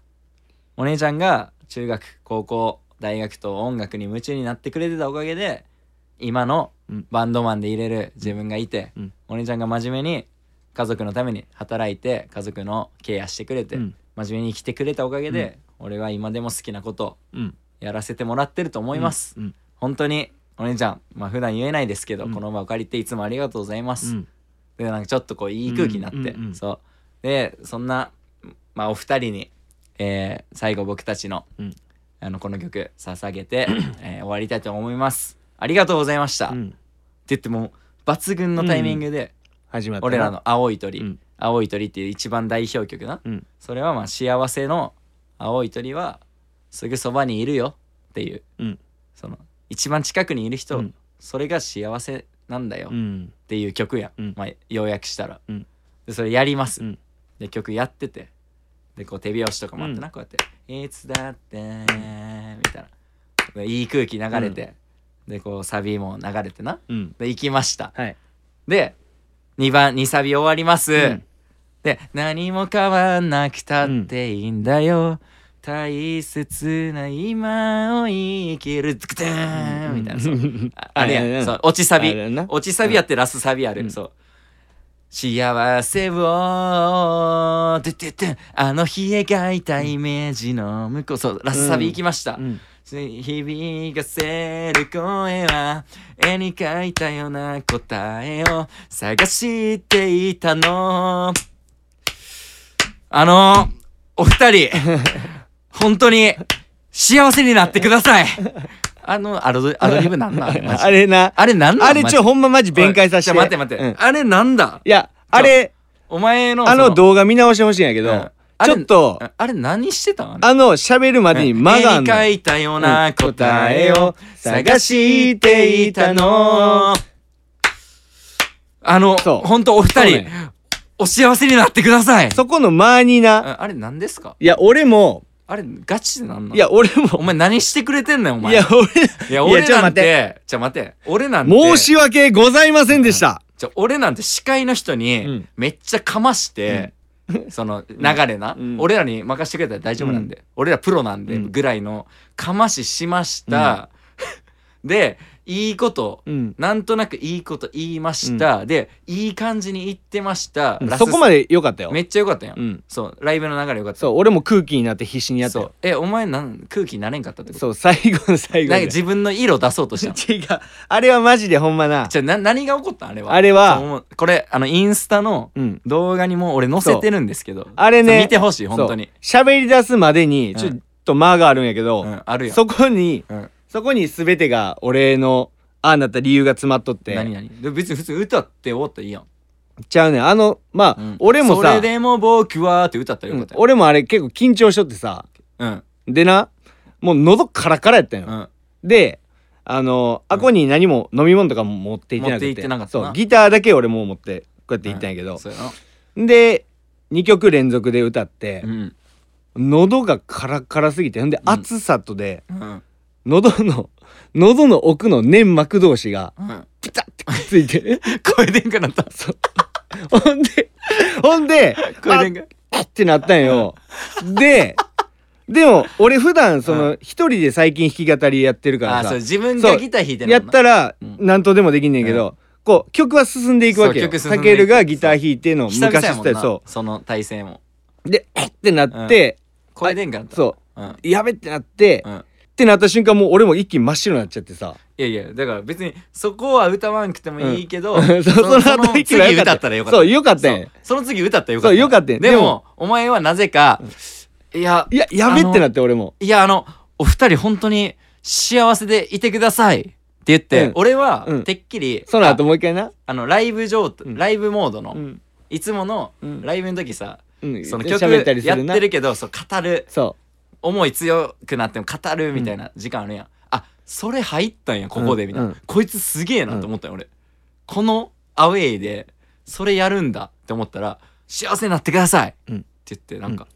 Speaker 1: お姉ちゃんが中学高校大学と音楽に夢中になってくれてたおかげで今の
Speaker 2: うん
Speaker 1: バンドマンで入れる自分がいて、
Speaker 2: うん
Speaker 1: お姉ちゃんが真面目に家族のために働いて家族のケアしてくれて、
Speaker 2: うん
Speaker 1: 真面目に生きてくれたおかげで、俺は今でも好きなこと
Speaker 2: うん
Speaker 1: やらせてもらってると思います、
Speaker 2: うん
Speaker 1: 本当にお姉ちゃんまあ普段言えないですけど、
Speaker 2: うん
Speaker 1: この場を借りていつもありがとうございま
Speaker 2: う
Speaker 1: す、
Speaker 2: ん
Speaker 1: でなんかちょっとこういい空気になって、
Speaker 2: うんうんうん
Speaker 1: そうでそんな、まあ、お二人に、えー最後僕たちの,、
Speaker 2: うん
Speaker 1: あのこの曲捧げて、えー終わりたいと思いますありがとうございました、
Speaker 2: う
Speaker 1: って
Speaker 2: ん
Speaker 1: 言っても抜群のタイミングで、
Speaker 2: 始まったな
Speaker 1: 俺らの「青い鳥」
Speaker 2: うん
Speaker 1: 青い鳥」っていう一番代表曲な、
Speaker 2: うん
Speaker 1: それはまあ幸せの「青い鳥」はすぐそばにいるよっていう、
Speaker 2: うん
Speaker 1: その一番近くにいる人、
Speaker 2: うん
Speaker 1: それが幸せなんだよ、
Speaker 2: うん
Speaker 1: っていう曲やん、
Speaker 2: うん
Speaker 1: まあ、要約したら、
Speaker 2: うん
Speaker 1: でそれやります、
Speaker 2: うん
Speaker 1: で曲やっててでこう手拍子とかもあってな、こうやって「いつだって」みたいなでいい空気流れて、でこうサビも流れてな
Speaker 2: うん
Speaker 1: で行きました
Speaker 2: はい
Speaker 1: で2番2サビ終わります、
Speaker 2: うん
Speaker 1: で何も変わんなくたっていいんだよ、大切な今を生きるズクテーンみたいな、そうああれやん、そう落ちサビ
Speaker 2: あれやな
Speaker 1: 落ちサビやってラスサビある、
Speaker 2: うん
Speaker 1: そう幸せをてててあの日描いたイメージの向こうそうラスサビ行きました、
Speaker 2: うん
Speaker 1: 響かせる声は絵に描いたような答えを探していたのあのお二人 本当に幸せになってくださいあのアドリアドリブなんだあれマジ
Speaker 2: あれな
Speaker 1: あれなんだ
Speaker 2: あれちょほんまマジ弁解させて
Speaker 1: おいちょ待って待って、
Speaker 2: うん
Speaker 1: あれなんだ
Speaker 2: いやあれ
Speaker 1: お前の
Speaker 2: あの
Speaker 1: そ
Speaker 2: 動画見直してほしいんやけ
Speaker 1: う
Speaker 2: ど
Speaker 1: んあ
Speaker 2: ち
Speaker 1: れ
Speaker 2: ょっと
Speaker 1: ああれ何してたん
Speaker 2: あの喋るまでに間があんの
Speaker 1: 絵に描いたような答えを探していたの。あの、
Speaker 2: そう
Speaker 1: ほんとお二
Speaker 2: そう
Speaker 1: 人
Speaker 2: ね、
Speaker 1: お幸せになってください。
Speaker 2: そこの間にな
Speaker 1: ああれ何ですか
Speaker 2: いや俺も
Speaker 1: あれガチでなんなの
Speaker 2: いや俺も
Speaker 1: お前何してくれてんねん、お
Speaker 2: い
Speaker 1: 前。
Speaker 2: や、俺、
Speaker 1: いや
Speaker 2: いや
Speaker 1: 俺
Speaker 2: ちょっ
Speaker 1: な
Speaker 2: と待っ
Speaker 1: んて、じゃ待て、俺なんて、
Speaker 2: 申し訳ございませんでした。
Speaker 1: ちょ俺なんて司会の人
Speaker 2: う
Speaker 1: に
Speaker 2: ん
Speaker 1: めっちゃかまして、 その流れな、
Speaker 2: うん
Speaker 1: 俺らに任せてくれたら大丈夫なんで、俺らプロなんで
Speaker 2: うん
Speaker 1: ぐらいのかまししました、 でいいこと、
Speaker 2: うん。
Speaker 1: なんとなくいいこと言いました、でいい感じに言ってました、ラス
Speaker 2: そこまで良かったよ。
Speaker 1: めっちゃ良かったよ、
Speaker 2: うん。
Speaker 1: そうライブの流れ良かった
Speaker 2: そう、俺も空気になって必死にやっ
Speaker 1: そ
Speaker 2: た
Speaker 1: う
Speaker 2: よ。
Speaker 1: えお前なん空気になれんかったってこと
Speaker 2: そう、最後の最後
Speaker 1: なんか
Speaker 2: で。
Speaker 1: 自分の色出そうと したの
Speaker 2: 違う。あれはマジでほんまな。
Speaker 1: じゃあな何が起こったんあれは
Speaker 2: あれは
Speaker 1: そう思うこれあのインスタの
Speaker 2: うん。
Speaker 1: 動画にも俺載せてるんですけど
Speaker 2: あれね
Speaker 1: そう見てほしい本当に
Speaker 2: そう喋り出すまでに、ちょっと間があるんやけ
Speaker 1: う
Speaker 2: ど、
Speaker 1: んあるよ
Speaker 2: そこに、
Speaker 1: うん
Speaker 2: そこに全てが俺の、ああなった理由が詰まっとって。
Speaker 1: 何何で別に普通に歌って終わったらいいやん、
Speaker 2: ちゃうねんあの、まあ、
Speaker 1: うん
Speaker 2: 俺も
Speaker 1: それ
Speaker 2: さ、
Speaker 1: でも僕はって歌ったら
Speaker 2: う
Speaker 1: よか
Speaker 2: ん
Speaker 1: ったよ、
Speaker 2: 俺もあれ結構緊張しとってさ、
Speaker 1: うん
Speaker 2: でな、もう喉カラカラやったんよ。
Speaker 1: うん
Speaker 2: であの、アコに何も飲み物とかも持っていってなくて
Speaker 1: 持って行ってなかったな
Speaker 2: そうギターだけ俺もう持ってこうやって行ったんやけど、
Speaker 1: そうやな
Speaker 2: で2曲連続で歌って
Speaker 1: う、ん
Speaker 2: 喉がカラカラすぎてほんで
Speaker 1: ん
Speaker 2: 暑さとで
Speaker 1: うん
Speaker 2: 喉の喉の奥の粘膜同士が
Speaker 1: うん
Speaker 2: ピタッてくっついて
Speaker 1: 声でんかなった
Speaker 2: ほんでほんで
Speaker 1: 声でんか
Speaker 2: あっってなったんよ。ででも俺普段そうの一人で最近弾き語りやってるから
Speaker 1: あ
Speaker 2: さ
Speaker 1: そう自分がギター弾いてる
Speaker 2: やったら
Speaker 1: うん
Speaker 2: 何とでもできんねんけど、こう曲は進んでいくわけ
Speaker 1: そ
Speaker 2: よ
Speaker 1: う曲進んで
Speaker 2: タ
Speaker 1: いく
Speaker 2: ケルがギター弾いての
Speaker 1: 久々
Speaker 2: 昔
Speaker 1: や
Speaker 2: し
Speaker 1: もん
Speaker 2: た
Speaker 1: な
Speaker 2: そ
Speaker 1: その体勢も
Speaker 2: うで「えっ!」てなって、
Speaker 1: 声でんかなった、
Speaker 2: そう
Speaker 1: ん
Speaker 2: うやべってなって、
Speaker 1: うん
Speaker 2: ってなった瞬間もう俺も一気に真っ白になっちゃってさ
Speaker 1: いやいやだから別にそこは歌わんくてもいいけど、
Speaker 2: うん そ
Speaker 1: の
Speaker 2: その後
Speaker 1: 次歌ったらよかった
Speaker 2: そうよかったんや
Speaker 1: そうその次歌ったらよかった
Speaker 2: そうよかったよ
Speaker 1: でも
Speaker 2: でも
Speaker 1: お前はなぜか、いや
Speaker 2: いややべってなって俺も
Speaker 1: いやあのお二人本当に幸せでいてくださいって言って、
Speaker 2: うん
Speaker 1: 俺は、
Speaker 2: うん
Speaker 1: てっきり
Speaker 2: その後
Speaker 1: あ
Speaker 2: もう一回な
Speaker 1: あのライブ状態、
Speaker 2: うん
Speaker 1: ライブモードの、
Speaker 2: うん
Speaker 1: いつもの
Speaker 2: うん
Speaker 1: ライブの時さ、
Speaker 2: うん
Speaker 1: その曲や
Speaker 2: 喋
Speaker 1: っ
Speaker 2: ったりするな
Speaker 1: てるけどそう語る
Speaker 2: そ
Speaker 1: 思い強くなっても語るみたいな時間あるやん、あそれ入ったんやここで
Speaker 2: うん
Speaker 1: みたいな、
Speaker 2: うん
Speaker 1: こいつすげえなと思ったよ俺、このアウェイでそれやるんだって思ったら幸せになってください、
Speaker 2: うん
Speaker 1: って言ってなんか、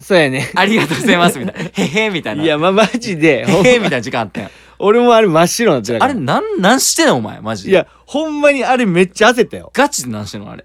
Speaker 2: そうやね
Speaker 1: ありがとうございますみたい な。へへみたいな。
Speaker 2: いやまマ ジでほん
Speaker 1: へへみたいな時間あったよ。
Speaker 2: 俺もあれ真っ白になってたか
Speaker 1: あ
Speaker 2: ら
Speaker 1: れなんなんしてんのお前マジで。
Speaker 2: いやほんまにあれめっちゃ焦ったよ
Speaker 1: ガチでなんしてんのあれ。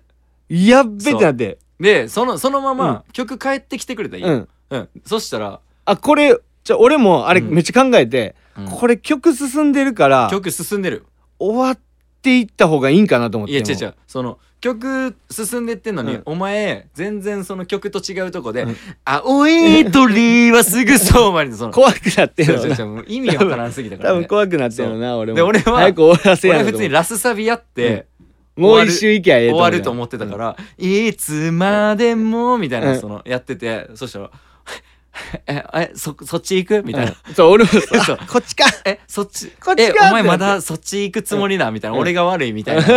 Speaker 2: やっべってなって
Speaker 1: でそのそのま
Speaker 2: うん
Speaker 1: ま曲帰ってきてくれたらいいうよ
Speaker 2: ん
Speaker 1: うん。そしたら
Speaker 2: あこれじゃあ俺もあれ
Speaker 1: うん
Speaker 2: めっちゃ考えて、
Speaker 1: うん
Speaker 2: これ曲進んでるから
Speaker 1: 曲進んでるよ。
Speaker 2: 終わっていった方がいいんかなと思って
Speaker 1: いや違
Speaker 2: も
Speaker 1: う違うその曲進んでってんのに、
Speaker 2: うん
Speaker 1: お前全然その曲と違うとこで「
Speaker 2: うん
Speaker 1: 青い鳥はすぐそばに」その
Speaker 2: 怖くなって
Speaker 1: 違
Speaker 2: る
Speaker 1: う
Speaker 2: よ
Speaker 1: 違う
Speaker 2: な
Speaker 1: 違うもう意味わからんすぎたか
Speaker 2: 多
Speaker 1: ら、
Speaker 2: 分
Speaker 1: ね、
Speaker 2: 怖くなってるよな俺も
Speaker 1: で俺は
Speaker 2: 早く終わらせや
Speaker 1: 俺
Speaker 2: ろ
Speaker 1: 普
Speaker 2: うと
Speaker 1: 通
Speaker 2: 思
Speaker 1: に
Speaker 2: って
Speaker 1: ラスサビやって、
Speaker 2: もう一周行きゃええ
Speaker 1: 終わると思ってた
Speaker 2: ら
Speaker 1: から「いつまでも」みたいな、
Speaker 2: うん
Speaker 1: そのやっててそしたら「ええそそっち行く?」みたいな。
Speaker 2: うんそう俺もそう
Speaker 1: そう
Speaker 2: あこっちか
Speaker 1: えそっち
Speaker 2: こっちか
Speaker 1: え
Speaker 2: ってなって
Speaker 1: お前まだそっち行くつもりなみたいな、
Speaker 2: うん
Speaker 1: 俺が悪いみたいな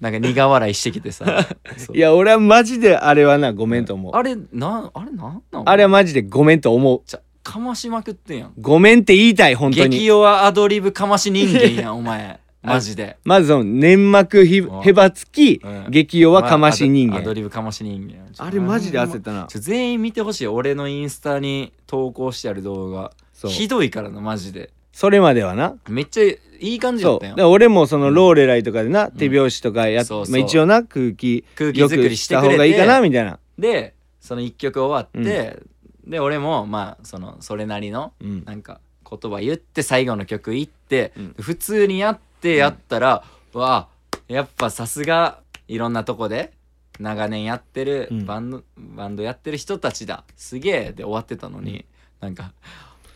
Speaker 1: なんか苦笑いしてきて さそう
Speaker 2: いや俺はマジであれはなごめんと思う
Speaker 1: あれなんあれなんなん
Speaker 2: あれはマジでごめんと思う
Speaker 1: じゃかましまくってんやん
Speaker 2: ごめんって言いたい本当
Speaker 1: 激
Speaker 2: に
Speaker 1: 弱アドリブかまし人間 やんお前マジで、
Speaker 2: まずその粘膜ひ
Speaker 1: うん
Speaker 2: へばつき
Speaker 1: うん
Speaker 2: 激弱かまし人
Speaker 1: アドアド
Speaker 2: 間
Speaker 1: リブかまし人間
Speaker 2: あれマジで焦ったな
Speaker 1: ちょ全員見てほしい俺のインスタに投稿してある動画
Speaker 2: そう
Speaker 1: ひどいからなマジで
Speaker 2: それまではな
Speaker 1: めっちゃいい感じだ
Speaker 2: そ
Speaker 1: っ
Speaker 2: う
Speaker 1: た
Speaker 2: だ
Speaker 1: よ
Speaker 2: から俺もそ
Speaker 1: う
Speaker 2: の
Speaker 1: ん
Speaker 2: ローレライとかでな
Speaker 1: うん
Speaker 2: 手拍子とかやっ
Speaker 1: そうそう
Speaker 2: まあ一応な空気
Speaker 1: 空気
Speaker 2: よ
Speaker 1: 作
Speaker 2: く
Speaker 1: りし
Speaker 2: してた
Speaker 1: くれ
Speaker 2: 方
Speaker 1: て
Speaker 2: がいいかなみたいな
Speaker 1: でその1曲終わって、で俺もまあそのそれなりの
Speaker 2: うん
Speaker 1: なんか言葉言って最後の曲言って、
Speaker 2: うん
Speaker 1: 普通にやってやったら、わあやっぱさすがいろんなとこで長年やってる
Speaker 2: うん
Speaker 1: バンド、バンドやってる人たちだすげえで終わってたのに、なんか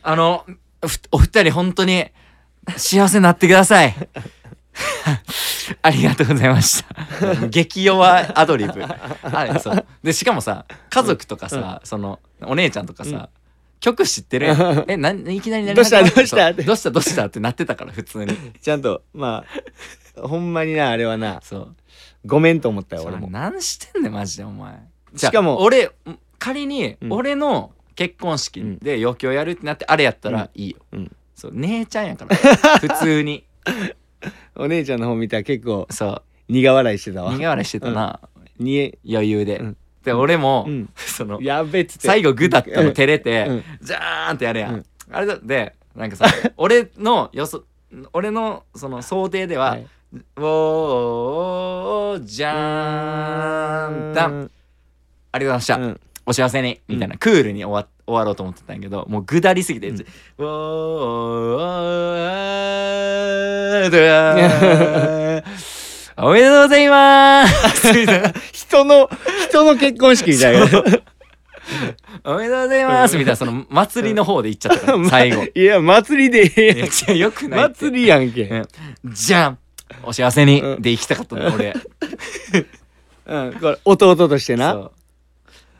Speaker 1: あのふお二人本当に幸せになってください ありがとうございました 激弱アドリブあれそうでしかもさ家族とかさ、そのお姉ちゃんとかさ、
Speaker 2: うん
Speaker 1: 曲知ってるやん えなんいきなり何
Speaker 2: どうした
Speaker 1: 始ま
Speaker 2: どうし
Speaker 1: そ
Speaker 2: た
Speaker 1: うどうしたどうしたってなってたから普 通に
Speaker 2: ちゃんとまあほんまになあれはな
Speaker 1: そう
Speaker 2: ごめんと思ったよ俺
Speaker 1: そう
Speaker 2: も
Speaker 1: 何してんねんマジでお前
Speaker 2: しかも
Speaker 1: じゃあ俺仮に
Speaker 2: うん
Speaker 1: 俺の結婚式で余興やるってなってあれやったらいいよ、
Speaker 2: うん
Speaker 1: そう姉ちゃんやから 普通に
Speaker 2: お姉ちゃんの方見たら結構
Speaker 1: そう
Speaker 2: 苦笑いしてたわ
Speaker 1: 苦笑いしてたな、
Speaker 2: にえ
Speaker 1: 余裕で、
Speaker 2: うん
Speaker 1: で俺も、
Speaker 2: うん
Speaker 1: その
Speaker 2: やべっつって
Speaker 1: 最後グだったの照れて、
Speaker 2: うん
Speaker 1: じゃーんってやるやん、
Speaker 2: うん
Speaker 1: あれだでなんかさ俺の予想俺のその想定では、
Speaker 2: はい
Speaker 1: おーおーおーじゃーんだんありがとうございました、
Speaker 2: うん
Speaker 1: お幸せにみたいな、クールに終わ終わろうと思ってたんやけどもうぐだりすぎて、
Speaker 2: うん
Speaker 1: じおーおーおーじゃーんおめでとうございますみたいな
Speaker 2: 人の人の結婚式みたいな
Speaker 1: おめでとうございますみたいなその祭りの方で行っちゃったから最後
Speaker 2: いや祭りでええ
Speaker 1: いや
Speaker 2: や
Speaker 1: 違うよく
Speaker 2: ん
Speaker 1: ないって
Speaker 2: 祭りやんけ
Speaker 1: じゃんお幸せに
Speaker 2: うん
Speaker 1: で行きたかったんだ俺
Speaker 2: うんこれ弟としてな
Speaker 1: そう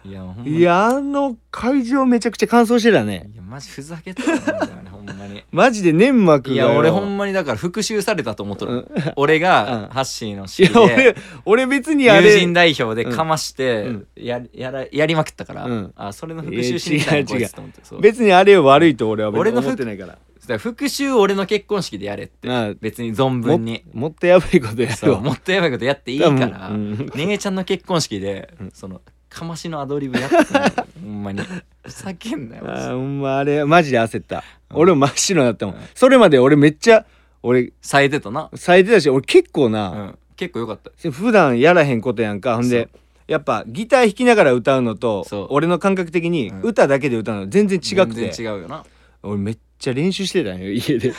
Speaker 1: いやほんまに
Speaker 2: いやあの会場めちゃくちゃ乾燥してたね
Speaker 1: いやマジふざけてたんだよねほんまに
Speaker 2: マジで粘膜が
Speaker 1: い
Speaker 2: よ
Speaker 1: や俺ほんまにだから復讐されたと思っと
Speaker 2: う
Speaker 1: る
Speaker 2: ん
Speaker 1: 俺
Speaker 2: うん
Speaker 1: がハッシーの
Speaker 2: い
Speaker 1: 式
Speaker 2: や俺
Speaker 1: で
Speaker 2: 俺別にあれ
Speaker 1: 友人代表でかまして
Speaker 2: うん
Speaker 1: ややらやりまくったから
Speaker 2: うん
Speaker 1: あそれの復讐しに来た
Speaker 2: いや違
Speaker 1: んや
Speaker 2: う
Speaker 1: こいつと思ってそうだか
Speaker 2: 別にあれ悪いと俺は別
Speaker 1: 俺
Speaker 2: に
Speaker 1: の
Speaker 2: 思ってないから
Speaker 1: ら復讐を俺の結婚式でやれって
Speaker 2: なあ
Speaker 1: 別に存
Speaker 2: も
Speaker 1: 分に
Speaker 2: もっとやばいことや
Speaker 1: そ
Speaker 2: る
Speaker 1: う
Speaker 2: わ
Speaker 1: もっとやばいことやっていいから、
Speaker 2: うん
Speaker 1: 姉ちゃんの結婚式で、そのかましのアドリブやって ないほんまにふざけんなよ
Speaker 2: あ
Speaker 1: マジ
Speaker 2: ー
Speaker 1: で
Speaker 2: ほんまあれマジで焦った
Speaker 1: うん
Speaker 2: 俺も真っ白になったも
Speaker 1: うんん
Speaker 2: それまで俺めっちゃ俺
Speaker 1: 冴えてたな、
Speaker 2: 冴えてたし俺結構
Speaker 1: う、
Speaker 2: なん
Speaker 1: 結構よかった
Speaker 2: 普段やらへんことやんかほんでやっぱギター弾きながら歌うのと
Speaker 1: そう
Speaker 2: 俺の感覚的に
Speaker 1: うん
Speaker 2: 歌だけで歌うの全然違く
Speaker 1: 全
Speaker 2: て
Speaker 1: 然違うよな
Speaker 2: 俺めっちゃ練習してた んよ家で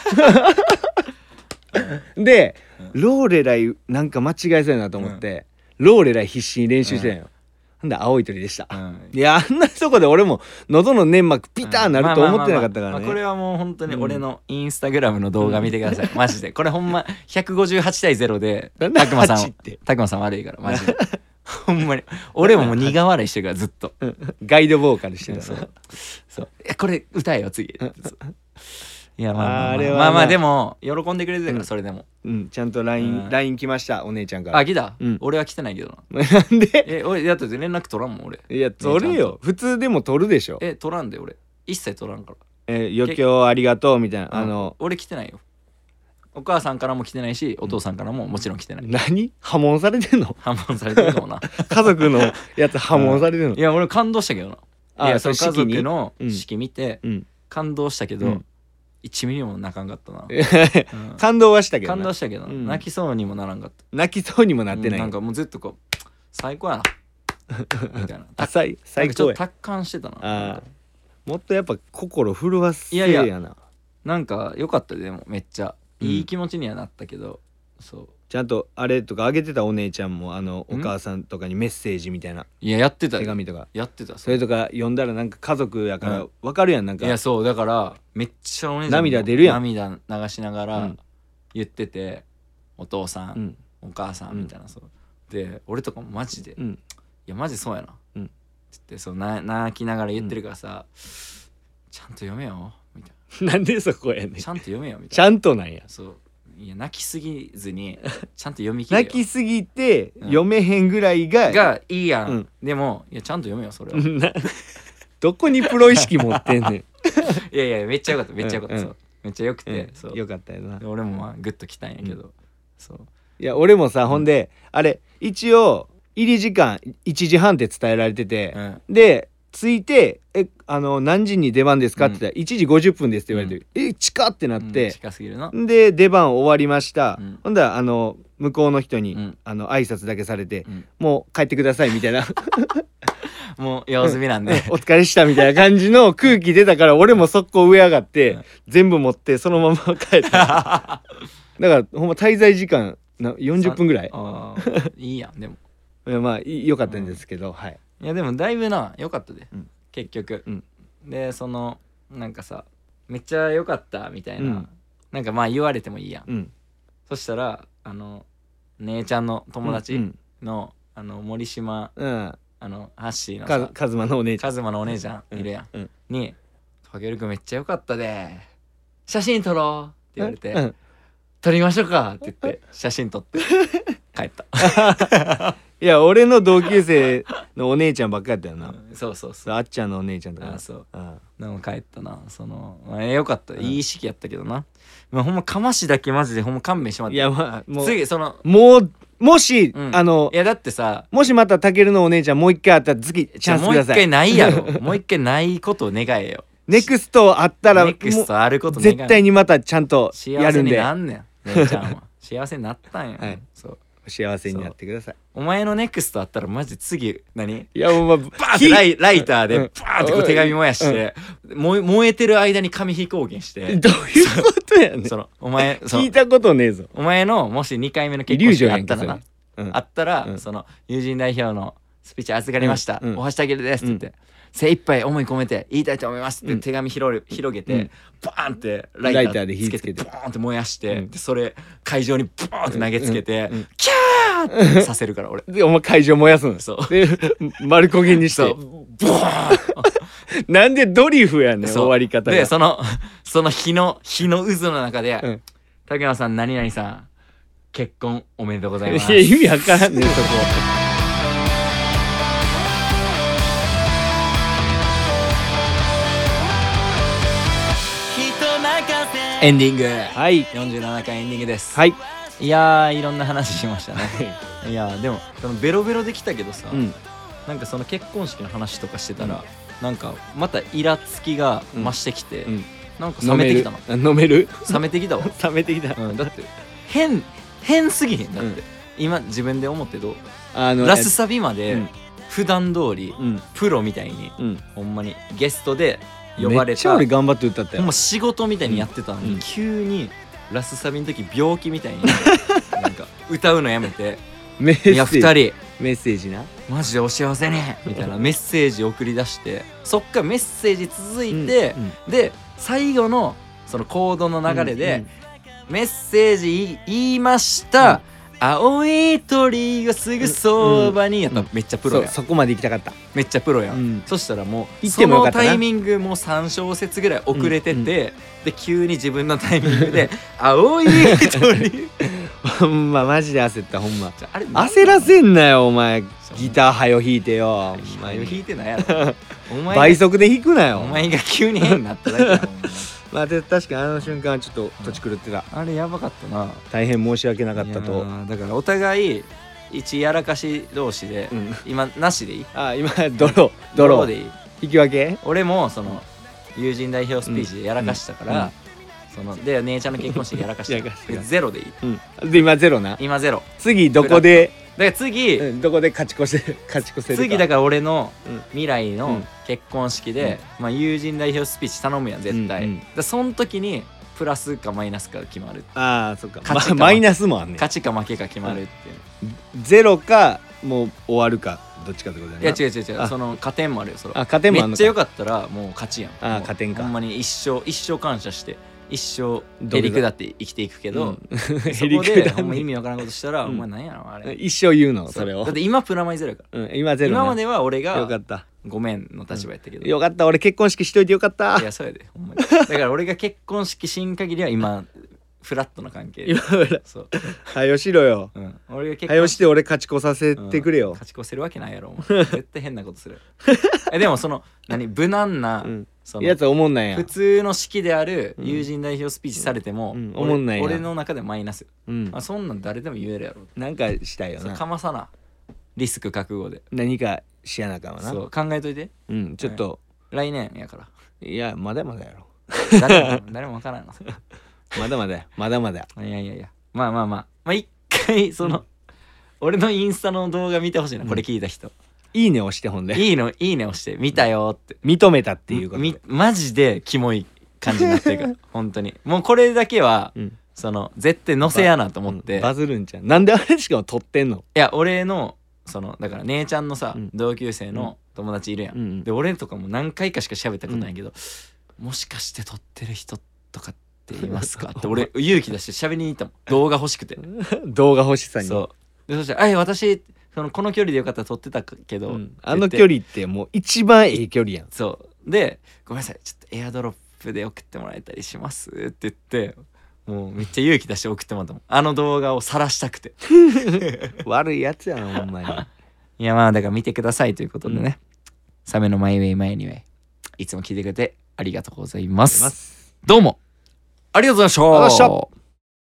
Speaker 2: でローレライなんか間違えそうやなと思ってローレライ必死に練習してたんよほんで青い鳥でした
Speaker 1: うん
Speaker 2: いやあんなとこで俺も喉の粘膜ピターなると思ってなかった
Speaker 1: ま
Speaker 2: から
Speaker 1: あまあまあまあこれ
Speaker 2: ね
Speaker 1: はもう本当に俺のインスタグラムの動画見てください、マジでこれほんま158対0で
Speaker 2: なんで
Speaker 1: たくまさ
Speaker 2: 8
Speaker 1: ん
Speaker 2: って
Speaker 1: たくまさん悪いからマジでほんまに俺ももう苦笑いしてるからずっと
Speaker 2: ガイドボーカルしてた
Speaker 1: そ
Speaker 2: の
Speaker 1: うそういやこれ歌えよ次そういやまあま
Speaker 2: あ
Speaker 1: あまあ
Speaker 2: れは
Speaker 1: まあま
Speaker 2: まあ
Speaker 1: あでも喜んでくれてたか
Speaker 2: うん
Speaker 1: らそれでも、
Speaker 2: うんちゃんと
Speaker 1: う
Speaker 2: LINE
Speaker 1: ん
Speaker 2: LINE 来ましたお姉ちゃんから
Speaker 1: あギター、
Speaker 2: うん
Speaker 1: 俺は来てないけどな
Speaker 2: なんで
Speaker 1: え俺だって連絡取らんもん俺
Speaker 2: いや、取るよ。普通でも取るでしょ。
Speaker 1: え取らんで俺一切取らんから
Speaker 2: えー、余興ありがとうみたいな。あ
Speaker 1: うん
Speaker 2: の、
Speaker 1: 俺来てないよお母さんからも来てないしお父さんからももちろん来てない、
Speaker 2: 何破門されてんの
Speaker 1: 反問されてるかもな
Speaker 2: 家族のやつ破門されてんの
Speaker 1: いや俺感動したけどないや
Speaker 2: そ
Speaker 1: その
Speaker 2: れ
Speaker 1: 家
Speaker 2: 式に
Speaker 1: 族の
Speaker 2: うん
Speaker 1: 式見て
Speaker 2: うん
Speaker 1: 感動したけ
Speaker 2: う
Speaker 1: ど
Speaker 2: ん
Speaker 1: 1ミリも泣かんかったなうん
Speaker 2: 感動はしたけど
Speaker 1: 感動
Speaker 2: な
Speaker 1: したけど
Speaker 2: うん
Speaker 1: 泣きそうにもならんかった
Speaker 2: 泣きそうにもなってない、
Speaker 1: うんなんかもうずっとこう最高や なみたいな
Speaker 2: あ最最
Speaker 1: ちょっ
Speaker 2: 高
Speaker 1: と
Speaker 2: や
Speaker 1: 達観してた
Speaker 2: あ
Speaker 1: な
Speaker 2: ーもっとやっぱ心震わせ
Speaker 1: いや
Speaker 2: や
Speaker 1: い
Speaker 2: な
Speaker 1: やなんか良かったでもめっちゃ
Speaker 2: うん
Speaker 1: いい気持ちにはなったけどそう
Speaker 2: ちゃんとあれとかあげてたお姉ちゃんもあのお
Speaker 1: ん
Speaker 2: 母さんとかにメッセージみたいない
Speaker 1: ややってた
Speaker 2: 手
Speaker 1: よ
Speaker 2: 紙とか
Speaker 1: やってた
Speaker 2: それとか読んだらなんか家族やか
Speaker 1: う
Speaker 2: ら
Speaker 1: ん
Speaker 2: わかるやんなん
Speaker 1: い
Speaker 2: か
Speaker 1: やそうだからめっちゃお姉ちゃんも
Speaker 2: 涙出るやん
Speaker 1: 涙流しなが
Speaker 2: う
Speaker 1: ら
Speaker 2: ん
Speaker 1: 言っててお父さ
Speaker 2: うんん
Speaker 1: お母さんみたいなそうで俺とかもマジで
Speaker 2: うん
Speaker 1: いやマジそうやな、
Speaker 2: うん
Speaker 1: って言ってそうな泣きながら言ってるからさ、ちゃんと読めよみたい
Speaker 2: なん でそこやねん
Speaker 1: なちゃんと読めよみ
Speaker 2: ち
Speaker 1: たい
Speaker 2: ゃんとなんや
Speaker 1: なそういや泣きすぎず にちゃんと読み切れよ
Speaker 2: 泣きすぎて
Speaker 1: うん
Speaker 2: 読めへんぐらいが
Speaker 1: がいいやん、
Speaker 2: うん
Speaker 1: でもいやちゃんと読めよそれは
Speaker 2: などこにプロ意識持ってん ねん
Speaker 1: いやいやめっちゃよかっためっちゃよかった、
Speaker 2: うん
Speaker 1: そうめっちゃよくて、そう
Speaker 2: よかったよな
Speaker 1: で俺もまあグッときたんやけど、そう
Speaker 2: いや俺もさほんであれ一応入り時間1時半って伝えられてて
Speaker 1: うん
Speaker 2: で着いて「えあの何時に出番ですか?」って言ったら「1時50分です」って言われて「え近っ!」ってなっ
Speaker 1: うん
Speaker 2: て、
Speaker 1: 近すぎるな、
Speaker 2: で出番終わりました、
Speaker 1: うん
Speaker 2: ほんだらあの向こうの人に、
Speaker 1: うん
Speaker 2: あの挨拶だけされて、
Speaker 1: うん
Speaker 2: もう帰ってください みたいな
Speaker 1: もう用済みなんで、
Speaker 2: お疲れしたみたいな感じの空気出たから俺も速攻上上がって、
Speaker 1: うん
Speaker 2: 全部持ってそのまま帰っただからほんま滞在時間な40分ぐらい
Speaker 1: あーいいやんでも
Speaker 2: いやまあい良かったんですけど、はい、
Speaker 1: いやでもだいぶな良かったで、
Speaker 2: うん
Speaker 1: 結局、
Speaker 2: うん
Speaker 1: でそのなんかさめっちゃ良かったみたいな、
Speaker 2: うん
Speaker 1: なんかまあ言われてもいいやん、
Speaker 2: うん、
Speaker 1: そしたらあの姉ちゃんの友
Speaker 2: う
Speaker 1: 達
Speaker 2: ん、
Speaker 1: の,、あの森島
Speaker 2: うん、
Speaker 1: あのハッシーの
Speaker 2: か
Speaker 1: さ
Speaker 2: カズマのお姉ちゃ
Speaker 1: カ
Speaker 2: ん
Speaker 1: ズマのお姉ちゃんいるやん、
Speaker 2: うん
Speaker 1: に「たけるくんめっちゃ良かったで写真撮ろう」って言われて「
Speaker 2: うん
Speaker 1: 撮りましょうか」って言って写真撮って帰 った
Speaker 2: いや俺の同級生のお姉ちゃんばっかやったよな、
Speaker 1: うんそうそう
Speaker 2: そ
Speaker 1: そうう
Speaker 2: あっちゃんのお姉ちゃんとか
Speaker 1: あそう
Speaker 2: うん
Speaker 1: でも帰ったなそのまあええよかった
Speaker 2: ん
Speaker 1: いい式やったけどな、まあ、ほんまかましだけマジでほんま勘弁しても
Speaker 2: い
Speaker 1: らっ
Speaker 2: やまあ
Speaker 1: て
Speaker 2: もう
Speaker 1: 次その
Speaker 2: もうもし、
Speaker 1: うん
Speaker 2: あの
Speaker 1: いやだってさ
Speaker 2: もしまたタケルのお姉ちゃんもう一回会ったら次チャンス
Speaker 1: も
Speaker 2: く
Speaker 1: う
Speaker 2: だ
Speaker 1: 一
Speaker 2: さ
Speaker 1: 回
Speaker 2: い
Speaker 1: ないや ろもう一回ないことを願えよ
Speaker 2: ネクスト会ったら
Speaker 1: ネクス
Speaker 2: も
Speaker 1: トあるこ
Speaker 2: う
Speaker 1: と願え
Speaker 2: 絶対にまたちゃんとや
Speaker 1: 幸
Speaker 2: る
Speaker 1: せ
Speaker 2: ん
Speaker 1: に
Speaker 2: で
Speaker 1: なんねん姉ちゃんは幸せになったんや、
Speaker 2: はい
Speaker 1: そう
Speaker 2: 幸せになってください
Speaker 1: お前のネクストあったらマジ次何
Speaker 2: いやもうまあ
Speaker 1: バーってライライターで
Speaker 2: う
Speaker 1: バー
Speaker 2: ん
Speaker 1: ってこう手紙燃やして、燃え燃えてる間に紙飛行機にし
Speaker 2: どうい
Speaker 1: て
Speaker 2: うことやねん
Speaker 1: そのお前その
Speaker 2: 聞いたことねえぞ
Speaker 1: お前のもし2回目の
Speaker 2: イ
Speaker 1: 結
Speaker 2: リュー
Speaker 1: 婚式
Speaker 2: ジョン
Speaker 1: があった
Speaker 2: やんからそれ
Speaker 1: な、
Speaker 2: うん
Speaker 1: あったら、
Speaker 2: うん
Speaker 1: その友人代表のスピーチ預かりました、
Speaker 2: うんうん
Speaker 1: おはしたけるですって言って、精一杯思い込めて言いたいと思いますって手紙広げ広げて、
Speaker 2: うん
Speaker 1: バーンってライター
Speaker 2: ライターで火
Speaker 1: つけ
Speaker 2: つけ
Speaker 1: て
Speaker 2: て
Speaker 1: バーンって燃やして、
Speaker 2: うん
Speaker 1: でそれ会場にバーンって投げつけて、
Speaker 2: うんうん
Speaker 1: キャーってさせるから俺
Speaker 2: でお前会場燃やすの
Speaker 1: そう
Speaker 2: で丸焦げ にし
Speaker 1: そう
Speaker 2: て
Speaker 1: ボーン
Speaker 2: なんでドリフやねん
Speaker 1: そ
Speaker 2: 終
Speaker 1: う
Speaker 2: わり方
Speaker 1: で
Speaker 2: が
Speaker 1: そのその火の火の渦の中で、
Speaker 2: うん
Speaker 1: 竹野さん何々さん結婚おめでとうござい
Speaker 2: い
Speaker 1: ます
Speaker 2: や意味わからんねんそこ
Speaker 3: 人任せ
Speaker 1: エンディン グ、
Speaker 2: はい
Speaker 1: 47回エンディングです
Speaker 2: はい
Speaker 1: いやーいろんな話しましたね いやーでもそのベロベロできたけどさ、
Speaker 2: うん
Speaker 1: なんかその結婚式の話とかしてたら、なんかまたイラつきが増してきて、
Speaker 2: うん
Speaker 1: なんか冷め
Speaker 2: 飲め
Speaker 1: てき
Speaker 2: る
Speaker 1: たの
Speaker 2: 飲める
Speaker 1: 冷めてきたわ、
Speaker 2: 冷めてきた
Speaker 1: うん、だって 変変すぎへんだって、
Speaker 2: うん
Speaker 1: 今自分で思ってど
Speaker 2: あの
Speaker 1: ラスサビまで、
Speaker 2: うん
Speaker 1: 普段通り、
Speaker 2: うん
Speaker 1: プロみたいに
Speaker 2: うん
Speaker 1: ほんまにゲストで呼ば
Speaker 2: め
Speaker 1: れ
Speaker 2: っちゃ
Speaker 1: た
Speaker 2: 俺頑張って歌ったよ
Speaker 1: もう仕事みたいにやってたのに、
Speaker 2: うん
Speaker 1: 急にラスサビの時病気み たいになんか歌うのやめて
Speaker 2: メ
Speaker 1: 「
Speaker 2: ッセー
Speaker 1: い
Speaker 2: ジ
Speaker 1: や2人
Speaker 2: メッセージな
Speaker 1: マジでお幸せに」 みたいなメッセージ送り出してそっからメッセージ続いて
Speaker 2: う、ん
Speaker 1: で最後のそのコードの流れで「メッセージ言いました、
Speaker 2: うん
Speaker 1: 青い鳥がすぐそばに」やったらめっちゃプロ
Speaker 2: そう
Speaker 1: やん
Speaker 2: そこまで行きたかった
Speaker 1: めっちゃプロやん、
Speaker 2: うん
Speaker 1: そしたらもう
Speaker 2: 行って
Speaker 1: そ
Speaker 2: もよ
Speaker 1: の
Speaker 2: かったな
Speaker 1: タイミングもう3小節ぐらい遅れてて、で急に自分のタイミングで 「青い 鳥
Speaker 2: ほんまマジで焦ったほんま」
Speaker 1: あれ
Speaker 2: 焦らせんなよお前
Speaker 1: そう
Speaker 2: ギターはよ弾いてよほんま
Speaker 1: 前を
Speaker 2: に
Speaker 1: 弾いてないやろお前が
Speaker 2: 倍速で弾くなよ
Speaker 1: お前が急に変になっただけやろ
Speaker 2: まあで確かにあの瞬間はちょっと土地狂ってた
Speaker 1: お前あれやばかったな
Speaker 2: 大変申し訳なかった
Speaker 1: いや
Speaker 2: と
Speaker 1: ーだからお互い一やらかし同士で、
Speaker 2: うん
Speaker 1: 今なしでいい
Speaker 2: あ今泥
Speaker 1: ドロー
Speaker 2: 泥
Speaker 1: でいい
Speaker 2: 引き分け
Speaker 1: 俺もその友人代表スピーチでやらかしたから、そので姉ちゃんの結婚式やらかし
Speaker 2: やら
Speaker 1: た
Speaker 2: かした
Speaker 1: でゼロでいい
Speaker 2: うんで今ゼロな
Speaker 1: 今ゼロ
Speaker 2: 次どこで、
Speaker 1: だから次、
Speaker 2: うんどこで勝ち越せ 勝ち越せるか
Speaker 1: 次だ
Speaker 2: か
Speaker 1: から俺の
Speaker 2: うん
Speaker 1: 未来
Speaker 2: う
Speaker 1: の
Speaker 2: ん
Speaker 1: 結婚式で、まあ、友人代表スピーチ頼むやん絶対、
Speaker 2: うんうん
Speaker 1: だからその時にプラスかマイナスか決まる
Speaker 2: ああそっか
Speaker 1: 勝ちか
Speaker 2: まマイナスもあんねん
Speaker 1: 勝ちか負けか決まるっていう、
Speaker 2: ゼロかもう終わるかどっちかってことだ
Speaker 1: いや
Speaker 2: ね
Speaker 1: 違う違う違う
Speaker 2: あ
Speaker 1: その加点もあるよそれ
Speaker 2: あ加点もあん
Speaker 1: め
Speaker 2: の
Speaker 1: っちゃ良
Speaker 2: か
Speaker 1: かったらもう勝ちやん
Speaker 2: あー
Speaker 1: もう
Speaker 2: 加点か
Speaker 1: ほんまに一生一生感謝して一生
Speaker 2: ど
Speaker 1: へ
Speaker 2: れだ
Speaker 1: りくだって生きていくけど、
Speaker 2: うん
Speaker 1: そ
Speaker 2: へり
Speaker 1: こ
Speaker 2: く
Speaker 1: で
Speaker 2: だ
Speaker 1: ほん
Speaker 2: ん
Speaker 1: ま
Speaker 2: ね
Speaker 1: 意味わからんことしたら、
Speaker 2: うん
Speaker 1: お前なんやろあれ
Speaker 2: 一生言うのそれを
Speaker 1: だって今プラマイゼロやか
Speaker 2: うん今
Speaker 1: ら
Speaker 2: ゼロな
Speaker 1: 今までは俺
Speaker 2: よか
Speaker 1: が
Speaker 2: った
Speaker 1: ごめんの立場やったけど、
Speaker 2: よかった俺結婚式しといてよかった
Speaker 1: いやそうやでほんまにだから俺が結婚式しん限りは今フラットな関係
Speaker 2: 今から
Speaker 1: そう、
Speaker 2: はよしろよ
Speaker 1: うん、俺が結
Speaker 2: はよ
Speaker 1: 婚
Speaker 2: して俺勝ち越させてくれ
Speaker 1: うん
Speaker 2: よ
Speaker 1: 勝ち越せるわけないやろお前絶対変なことす るえでもその何無難な、
Speaker 2: うん
Speaker 1: その
Speaker 2: やつは思んないや
Speaker 1: 普通の式である
Speaker 2: うん
Speaker 1: 友人代表スピーチされても、
Speaker 2: うん
Speaker 1: 俺
Speaker 2: おもんないな
Speaker 1: 俺の中でマイナス、
Speaker 2: うん
Speaker 1: あそんなん誰でも言えるやろ
Speaker 2: なんかしたいよ
Speaker 1: そうか
Speaker 2: な
Speaker 1: まさなリスク覚悟で
Speaker 2: 何かしやなあかんわな
Speaker 1: そう考えといて
Speaker 2: うんちょっと
Speaker 1: 来年や から
Speaker 2: いやまだまだやろ
Speaker 1: 誰も誰も分からんの
Speaker 2: まだまだやまだまだ
Speaker 1: いやいやいやまあまあまあまあ一回その、俺のインスタの動画見てほしいな、
Speaker 2: うん
Speaker 1: これ聞いた人
Speaker 2: いいね押してほんで
Speaker 1: いいのいいね押して見たよって
Speaker 2: 認めたっていうこと
Speaker 1: み
Speaker 2: で
Speaker 1: マジでキモい感じになってる から本当にもうこれだけは、
Speaker 2: うん
Speaker 1: その絶対載せやなと思って、
Speaker 2: うんバズるんちゃうなんであれしかも撮ってんの
Speaker 1: いや俺のそのだから姉ちゃんのさ、
Speaker 2: うん
Speaker 1: 同級生の友達いるやん、
Speaker 2: うんうん
Speaker 1: で俺とかも何回かしか喋ったことないけど、もしかして撮ってる人とかっています かって俺勇気出して喋りに行ったもん動画欲しくて
Speaker 2: 動画欲しさに
Speaker 1: そうでそしたら「あい私そのこの距離でよかったら撮ってたけど、
Speaker 2: うんあの
Speaker 1: って
Speaker 2: 距離ってもう一番ええ距離やん
Speaker 1: そうで「ごめんなさいちょっとエアドロップで送ってもらえたりします」って言ってもうめっちゃ勇気出して送ってもらったもんあの動画を晒したくて
Speaker 2: 悪いやつやなほ んまに
Speaker 1: いやまあだから見てくださいということでね、サメのマイウェイマイニウェイいつも聞いてくれてありがとうございます
Speaker 2: ます
Speaker 1: どうもありがとうございま
Speaker 2: ありがとうございま
Speaker 1: し
Speaker 2: した